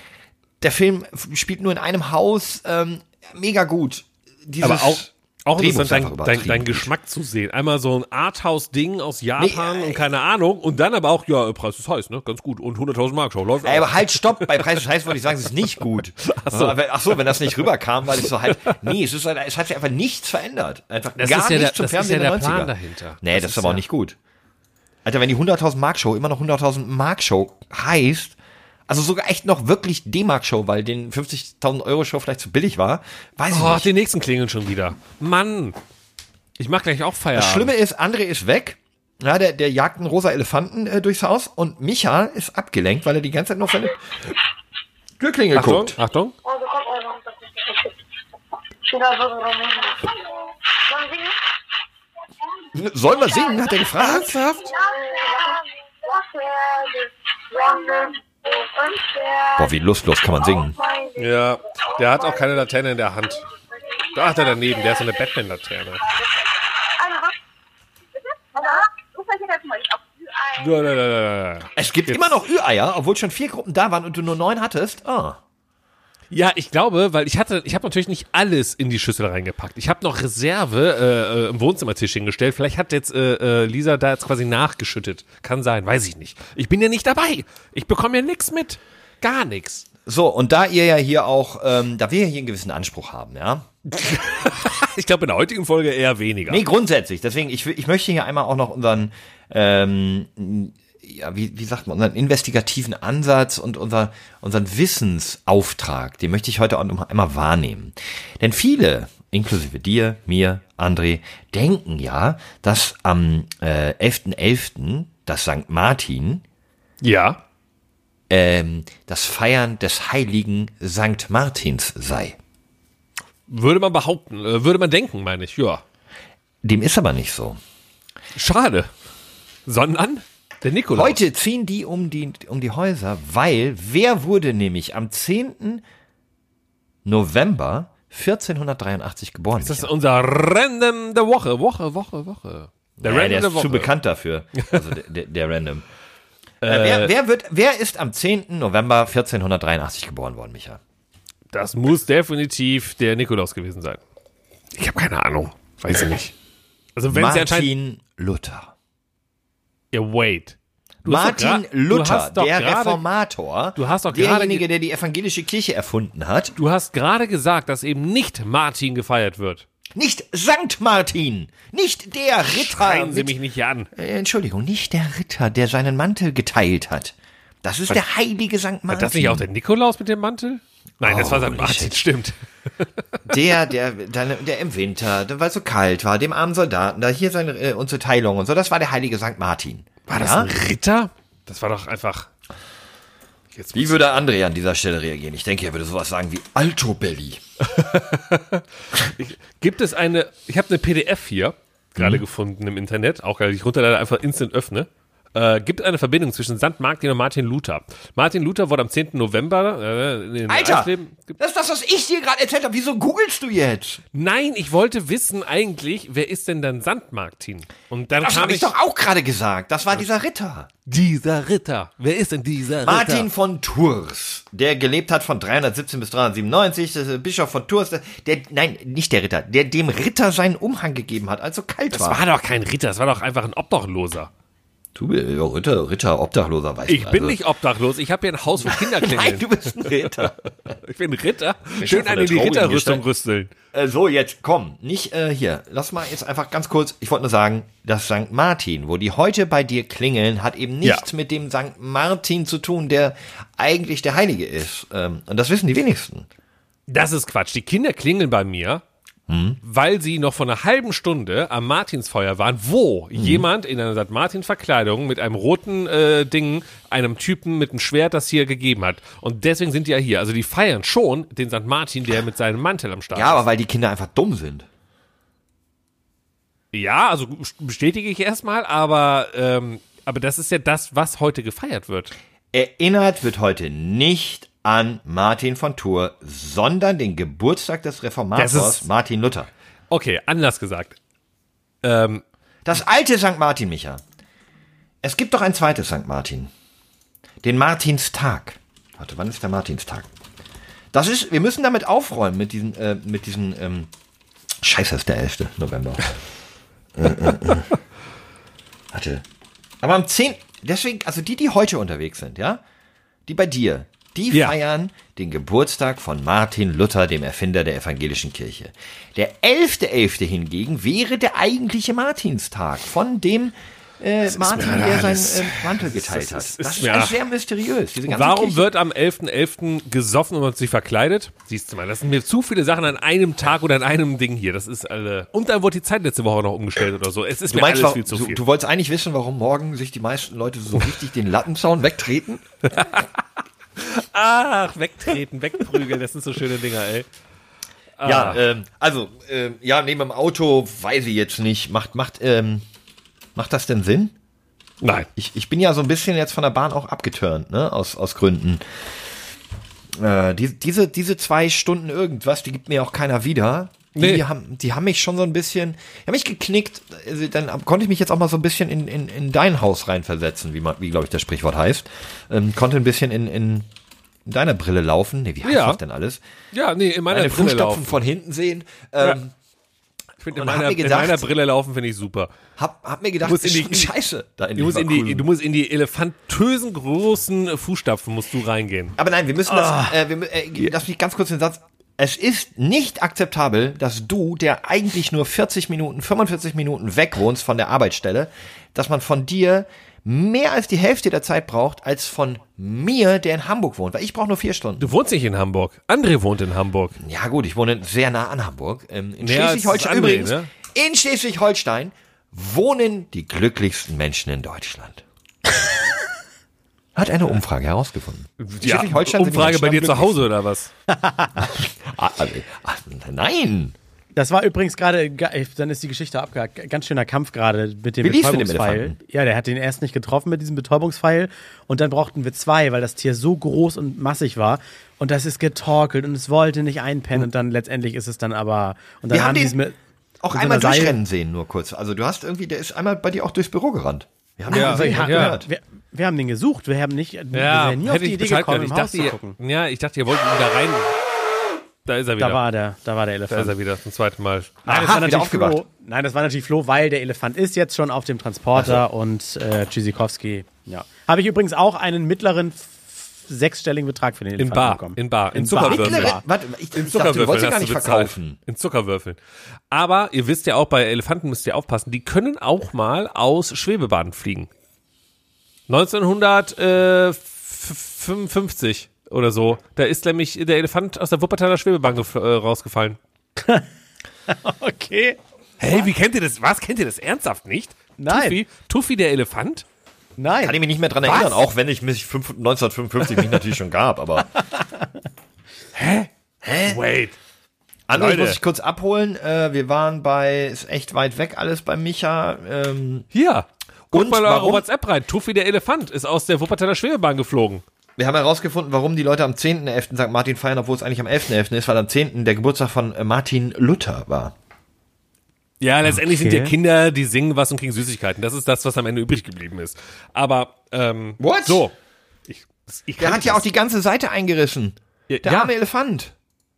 Der Film f- spielt nur in einem Haus. Ähm, mega gut. Dieses,
Aber auch, Auch
Drehbuch
interessant,
ist einfach
dein, dein,
übertrieben
dein
gut.
Geschmack zu sehen. Einmal so ein Arthouse-Ding aus Japan
Nee, äh,
und keine Ahnung. Und dann aber auch, ja, äh, Preis ist heiß, ne? Ganz gut. Und 100.000 Mark, schau, läuft.
Ey,
auch.
aber halt, stopp. Bei Preis ist heiß würde ich sagen, es ist nicht gut. Ach so, Ach so wenn das nicht rüberkam, weil ich so halt, nee, es, ist halt, es hat sich einfach nichts verändert. Einfach
Das
gar
ist ja
nichts
der-
zum
das
Fernsehen
ist ja
der,
der Plan
90er.
dahinter.
Nee,
Das ist
das, ist aber
ja-
auch nicht gut. Alter, wenn die 100.000 Mark Show immer noch 100.000 Mark Show heißt, also sogar echt noch wirklich D-Mark Show, weil den 50.000 Euro Show vielleicht zu billig war, weiß ich
Oh,
nicht.
die nächsten klingeln schon wieder. Mann. Ich mach gleich auch Feierabend.
Das Schlimme ist, André ist weg. Ja, der, der jagt einen rosa Elefanten äh, durchs Haus und Micha ist abgelenkt, weil er die ganze Zeit noch seine Türklinge
Achtung,
guckt.
Achtung.
Also kommt eure Ich bin also in Rumänien. Sollen singen?
Sollen wir singen, hat er gefragt. Boah, wie lustlos kann man singen.
Ja, der hat auch keine Laterne in der Hand. Da hat er daneben, der ist so eine Batman-Laterne. Da, da, da, da, da.
Es gibt immer noch Ü-Eier, obwohl schon vier Gruppen da waren und du nur neun hattest. Ah.
Ja, ich glaube, weil ich hatte, ich habe natürlich nicht alles in die Schüssel reingepackt. Ich habe noch Reserve äh, äh, im Wohnzimmertisch hingestellt. Vielleicht hat jetzt äh, äh, Lisa da jetzt quasi nachgeschüttet. Kann sein, weiß ich nicht. Ich bin ja nicht dabei. Ich bekomme ja nichts mit. Gar nichts.
So, und da ihr ja hier auch, ähm, da wir ja hier einen gewissen Anspruch haben, ja.
Ich glaube in der heutigen Folge eher weniger.
Nee, grundsätzlich. Deswegen, ich, will- ich möchte hier einmal auch noch unseren, ähm, ja, wie, wie sagt man, unseren investigativen Ansatz und unser, unseren Wissensauftrag, den möchte ich heute auch noch einmal wahrnehmen. Denn viele, inklusive dir, mir, André, denken ja, dass am äh, 11.11., das St. Martin,
Ja.
ähm, das Feiern des heiligen St. Martins sei.
Würde man behaupten, äh, würde man denken, meine ich. Ja.
Dem ist aber nicht so.
Schade. Sondern der Nikolaus.
Heute ziehen die um die, um die Häuser, weil wer wurde nämlich am 10. November 1483 geboren?
Das ist
Micha?
unser Random der Woche. Woche, Woche, Woche. Der
ja, der ist zu bekannt dafür. Also der, der, der Random. Äh, wer, wer, wird, wer ist am 10. November 1483 geboren worden, Micha?
Das muss definitiv der Nikolaus gewesen sein. Ich habe keine Ahnung. Weiß ich nicht. Also wenn sie anscheinend...
Martin Luther.
Ja, wait. Du hast doch
Martin
gra- du
Luther,
hast doch
der
gerade-
Reformator,
Du hast doch gerade
derjenige,
ge-
der die evangelische Kirche erfunden hat.
Du hast gerade gesagt, dass eben nicht Martin gefeiert wird.
Nicht Sankt Martin, nicht der Ritter
Schreien Sie
mit
mich nicht hier an.
Äh, Entschuldigung, nicht der Ritter, der seinen Mantel geteilt hat. Das ist der heilige Sankt
War
Martin.
das nicht auch der Nikolaus mit dem Mantel? Nein, das war
Holy
St. Martin,
shit.
stimmt.
der, der, der, der im Winter, der, weil es so kalt war, dem armen Soldaten, da hier seine äh, unsere Teilung und so, das war der heilige Sankt Martin.
War das
ja?
ein Ritter? Das war doch einfach... Jetzt
Wie würde André an dieser Stelle reagieren? Ich denke, er würde sowas sagen wie Alto Belli.
Gibt es eine, ich habe eine PDF hier gerade gefunden im Internet, auch geil, die ich runterlade, einfach instant öffne. Äh, gibt eine Verbindung zwischen St. Martin und Martin Luther. Martin Luther wurde am 10. November äh, in den
Alter,
Eisleben-
das ist das, was ich dir gerade erzählt habe. Wieso googelst du jetzt?
Nein, ich wollte wissen eigentlich, wer ist denn dann St. Martin? Und dann
Das
kam
habe
ich,
ich doch auch gerade gesagt. Das war dieser Ritter.
dieser Ritter. Wer ist denn dieser
Martin
Ritter?
von Tours, der gelebt hat von 317 bis 397, das ist der Bischof von Tours, der, der, nein, nicht der Ritter, der dem Ritter seinen Umhang gegeben hat, als so kalt
Das
war.
war doch kein Ritter, das war doch einfach ein Obdachloser.
Du bist ja, Ritter, Ritter, Obdachloser, weißt
Ich
du,
bin
also-
nicht obdachlos, ich habe hier ein Haus für Kinderklingeln.
Nein, du bist ein Ritter.
ich bin Ritter.
schon
Schön
von
eine in die
der traurigen
Ritterrüstung rüsteln.
Gestalt. Äh, so, jetzt komm, nicht äh, hier. Lass mal jetzt einfach ganz kurz, ich wollte nur sagen, das St. Martin, wo die heute bei dir klingeln, hat eben
Ja.
nichts mit dem St. Martin zu tun, der eigentlich der Heilige ist. Ähm, und das wissen die wenigsten.
Das ist Quatsch. Die Kinder klingeln bei mir, weil sie noch vor einer halben Stunde am Martinsfeuer waren, wo jemand in einer St. Martin-Verkleidung mit einem roten äh, Ding einem Typen mit einem Schwert das hier gegeben hat. Und deswegen sind die ja hier. Also die feiern schon den St. Martin, der mit seinem Mantel am Start
Ja,
ist.
aber weil die Kinder einfach dumm sind.
Ja, also bestätige ich erstmal, aber, ähm, aber das ist ja das, was heute gefeiert wird.
Erinnert wird heute nicht an Martin von Tours, sondern den Geburtstag des
Das
Reformators
ist-
Martin Luther.
Okay, anders gesagt. Ähm,
Das alte St. Martin, Micha. Es gibt doch ein zweites St. Martin. Den Martinstag. Warte, wann ist der Martinstag? Das ist, wir müssen damit aufräumen, mit diesen, äh, mit diesen ähm, Scheiße, ist der 11. November. Äh, äh, äh. Warte. Aber am 10. Deswegen, also die, die heute unterwegs sind, ja? Die bei dir, die
Ja.
feiern den Geburtstag von Martin Luther, dem Erfinder der evangelischen Kirche. Der 11.11. hingegen wäre der eigentliche Martinstag von dem äh, Martin,
mir
der
alles-
seinen äh, Mantel geteilt
ist-
hat.
ist-
Das ist
ja.
alles sehr mysteriös. Diese ganze
Warum
Kirche-
wird am 11.11. gesoffen und man sich verkleidet? Siehst du mal, das sind mir zu viele Sachen an einem Tag oder an einem Ding hier. Das ist alle. Und dann wurde die Zeit letzte Woche noch umgestellt oder so. Es ist
Du
mir
meinst,
alles
warum,
viel zu
du,
viel.
du wolltest eigentlich wissen, warum morgen sich die meisten Leute so richtig den Lattenzaun wegtreten?
Ach, wegtreten, wegprügeln, das sind so schöne Dinger, ey. Ah.
Ja, ähm, also, ähm, ja, neben dem Auto, weiß ich jetzt nicht. Macht, macht, ähm, macht das denn Sinn?
Nein.
Ich, ich bin ja so ein bisschen jetzt von der Bahn auch abgeturnt, ne? Aus, aus Gründen. Äh, die, diese, diese zwei Stunden irgendwas, die gibt mir auch keiner wieder. Die,
Nee.
haben, die haben mich schon so ein bisschen, die haben mich geknickt. Also Dann konnte ich mich jetzt auch mal so ein bisschen in, in, in dein Haus reinversetzen, wie, man- wie glaube ich, das Sprichwort heißt. Ähm, konnte ein bisschen in, in, in deiner Brille laufen. Nee, wie heißt
Ja.
das denn alles?
Ja, nee, in meiner
Deine
Brille
Fußstapfen
laufen.
von hinten sehen. Ähm,
Ich find, in,
Und hab
meiner,
mir
in
gedacht-
meiner Brille laufen finde ich super.
Hab, hab mir gedacht,
Du musst in die-
ist schon scheiße. Da in
Du musst, in
Leverkusen.
die, du musst in die elefantösen großen Fußstapfen musst du reingehen.
Aber nein, wir müssen das.
Ah.
Äh, wir, mü- äh, lass mich ganz kurz den Satz. Es ist nicht akzeptabel, dass du, der eigentlich nur 40 Minuten, 45 Minuten weg wohnst von der Arbeitsstelle, dass man von dir mehr als die Hälfte der Zeit braucht, als von mir, der in Hamburg wohnt. Weil ich brauche nur vier Stunden.
Du wohnst nicht in Hamburg. André wohnt in Hamburg.
Ja gut, ich wohne sehr nah an Hamburg. Ähm, in
Näher als
Schleswig-Holstein
das andere,
übrigens.
ne?
In Schleswig-Holstein wohnen die glücklichsten Menschen in Deutschland. Hat eine Umfrage herausgefunden.
Ja,
Schleswig-Holstein sind die
Umfrage
Menschen
bei
am
dir zu Hause oder was?
Ah, ah, ah, nein.
Das war übrigens gerade, ga- ey, dann ist die Geschichte abgehakt. Ganz schöner Kampf gerade mit dem
Wie lief's mit dem
Betäubungspfeil.
Elefanten?
Ja, der hat den erst nicht getroffen mit diesem Betäubungspfeil und dann brauchten wir zwei, weil das Tier so groß und massig war und das ist getorkelt und es wollte nicht einpennen und dann letztendlich ist es dann aber und dann
Wir haben
die
den
es mit
Auch
mit so
einmal
einer Seil-
durchrennen sehen, nur kurz. Also du hast irgendwie, der ist einmal bei dir auch durchs Büro gerannt. Wir haben
Ja,
den gesehen,
ja,
haben
ja.
gehört.
Wir, wir haben den gesucht, wir haben nicht, wir
Ja,
wären nie
hätte
auf die
ich
Idee
Bescheid
gekommen,
gehört.
im
ich
Haus
dachte,
zu gucken.
ihr, Ja, ich dachte, ihr wollt ihn da rein. Da ist er wieder.
Da war der, da war der
da ist
Elefant.
er wieder zum zweiten Mal.
Nein,
Aha, wieder
natürlich
aufgewacht.
Flo. Nein, das war natürlich Flo, weil der Elefant ist jetzt schon auf dem Transporter und äh, Tschüssikowski. Ja. Habe ich übrigens auch einen mittleren f- sechsstelligen Betrag für den Elefanten
Bar,
bekommen.
in Bar, in
Bar.
Zuckerwürfel.
Mittlere-
Mittlere, warte, ich,
In
ich dachte, du
Zuckerwürfeln
wolltest ihn gar
hast
nicht
du bezahlt.
verkaufen.
In Zuckerwürfeln. Aber ihr wisst ja auch, bei Elefanten müsst ihr aufpassen, die können auch mal aus Schwebebahnen fliegen. 1955 oder so, da ist nämlich der Elefant aus der Wuppertaler Schwebebahn gef- äh, rausgefallen.
Okay.
Hey, wie kennt ihr das? Was kennt ihr das ernsthaft nicht?
Nein.
Tuffy, Tuffy der Elefant?
Kann
Nein.
ich mich nicht mehr dran erinnern, auch wenn ich mich fünf- 1955 mich natürlich schon gab, aber
Wait.
André, ich
Leute.
muss dich kurz abholen. Äh, wir waren bei, ist echt weit weg alles bei Micha. Ähm,
Hier. Guck
Und
mal in eure
warum-
WhatsApp rein. Tuffy der Elefant ist aus der Wuppertaler Schwebebahn geflogen.
wir haben herausgefunden, warum die Leute am 10.11. St. Martin feiern, obwohl es eigentlich am 11.11. ist, weil am 10. der Geburtstag von äh, Martin Luther war.
Ja, letztendlich sind
Okay.
ja Kinder, die singen was und kriegen Süßigkeiten. Das ist das, was am Ende übrig geblieben ist. Aber, ähm,
What?
so. Ich, ich
Der
kann
hat ja auch die ganze Seite eingerissen.
Ja,
Der
ja.
arme Elefant.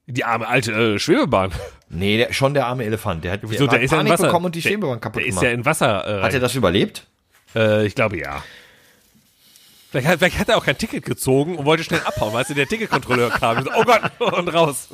die arme alte äh, Schwebebahn.
Nee, der, schon der arme Elefant. Der hat
Wieso, der
hat
ist ja in
Panik
Wasser.
bekommen und die
der,
Schwebebahn kaputt
der
gemacht.
ist ja in Wasser. Äh,
hat er
rein.
das überlebt?
äh, ich glaube ja. Vielleicht hat, vielleicht hat er auch kein Ticket gezogen und wollte schnell abhauen, weißt du, der Ticketkontrolleur kam. und so, Oh Gott, und raus.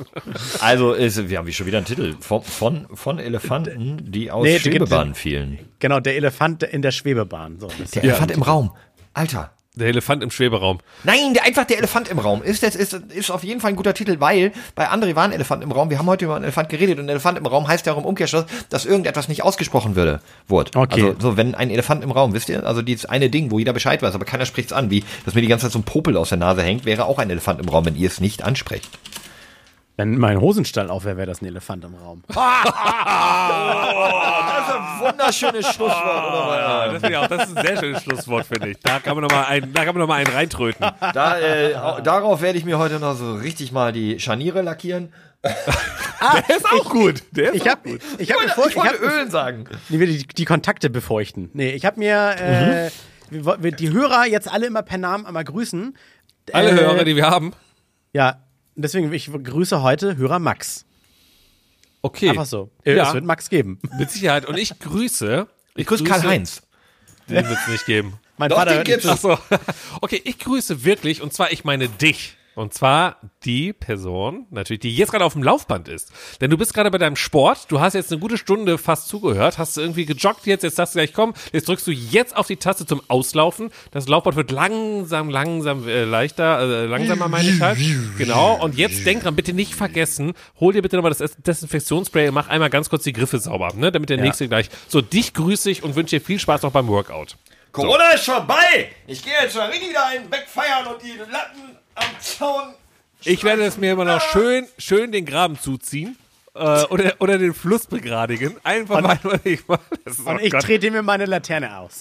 Also, ist, wir haben schon wieder einen Titel. Von, von, von Elefanten, die aus
Nee,
nee,
der gibt-
Schwebebahnen fielen.
Genau, der Elefant in der Schwebebahn. So, das
Der
ja.
Elefant im Raum. Alter.
Der Elefant im Schweberaum.
Nein, der, einfach der Elefant im Raum. Ist, das ist, ist auf jeden Fall ein guter Titel, weil bei André war ein Elefant im Raum. Wir haben heute über einen Elefant geredet und Elefant im Raum heißt ja auch im Umkehrschluss, dass irgendetwas nicht ausgesprochen würde, wurde.
Okay.
Also, so, wenn ein Elefant im Raum, wisst ihr? Also, dieses eine Ding, wo jeder Bescheid weiß, aber keiner spricht's an, wie, dass mir die ganze Zeit so ein Popel aus der Nase hängt, wäre auch ein Elefant im Raum, wenn ihr es nicht ansprecht.
Wenn mein Hosenstall auf wäre, wäre das ein Elefant im Raum.
Das ist ein wunderschönes Schlusswort,
Ah, das, find ich auch, das ist ein sehr schönes Schlusswort, finde ich. Da kann man nochmal einen, da kann man noch mal einen reintröten.
Da, äh, au- darauf werde ich mir heute noch so richtig mal die Scharniere lackieren.
Der ist auch gut. Der ist
Ich habe ich hab mir vor, ich hab,
Ölen sagen.
Nee, wir die, die Kontakte befeuchten. Nee, ich habe mir
Mhm.
äh, wir, wo- wir die Hörer jetzt alle immer per Namen einmal grüßen.
Alle
Äh,
Hörer, die wir haben.
Ja, deswegen ich grüße heute Hörer Max.
Okay.
Einfach so. Äh,
Ja.
Es wird Max geben.
Mit Sicherheit. Und ich grüße.
Ich grüße Karl-Heinz.
Den wird es nicht geben.
Mein
Doch,
Vater
den
hört nicht
gibt's.
zu.
Ach so. Okay, ich grüße wirklich, und zwar ich meine dich. Und zwar die Person, natürlich, die jetzt gerade auf dem Laufband ist. Denn du bist gerade bei deinem Sport, du hast jetzt eine gute Stunde fast zugehört, hast irgendwie gejoggt jetzt, jetzt sagst du gleich, komm, jetzt drückst du jetzt auf die Taste zum Auslaufen. Das Laufband wird langsam, langsam äh, leichter, äh, langsamer meine ich halt. Genau, und jetzt denk dran, bitte nicht vergessen, hol dir bitte nochmal das Desinfektionsspray und mach einmal ganz kurz die Griffe sauber, ne, damit der Nächste gleich. So, dich grüße ich und wünsche dir viel Spaß noch beim Workout.
Corona ist vorbei! Ich gehe jetzt schon richtig da einen wegfeiern und die Latten am Zaun.
Ich werde es mir immer noch schön, schön den Graben zuziehen. Äh, oder, oder den Fluss begradigen. Einfach mal. Ich, mach das Oh
Und
Oh
ich trete mir meine Laterne aus.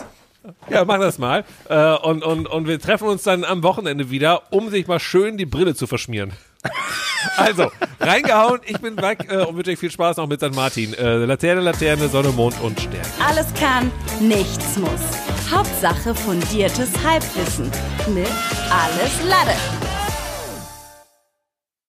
ja, mach das mal. Äh, und, und, und wir treffen uns dann am Wochenende wieder, um sich mal schön die Brille zu verschmieren. Also, reingehauen, ich bin weg äh, und wünsche euch viel Spaß noch mit St. Martin. Äh, Laterne, Laterne, Sonne, Mond und Stern.
Alles kann, nichts muss. Hauptsache fundiertes Halbwissen mit Alles Lade.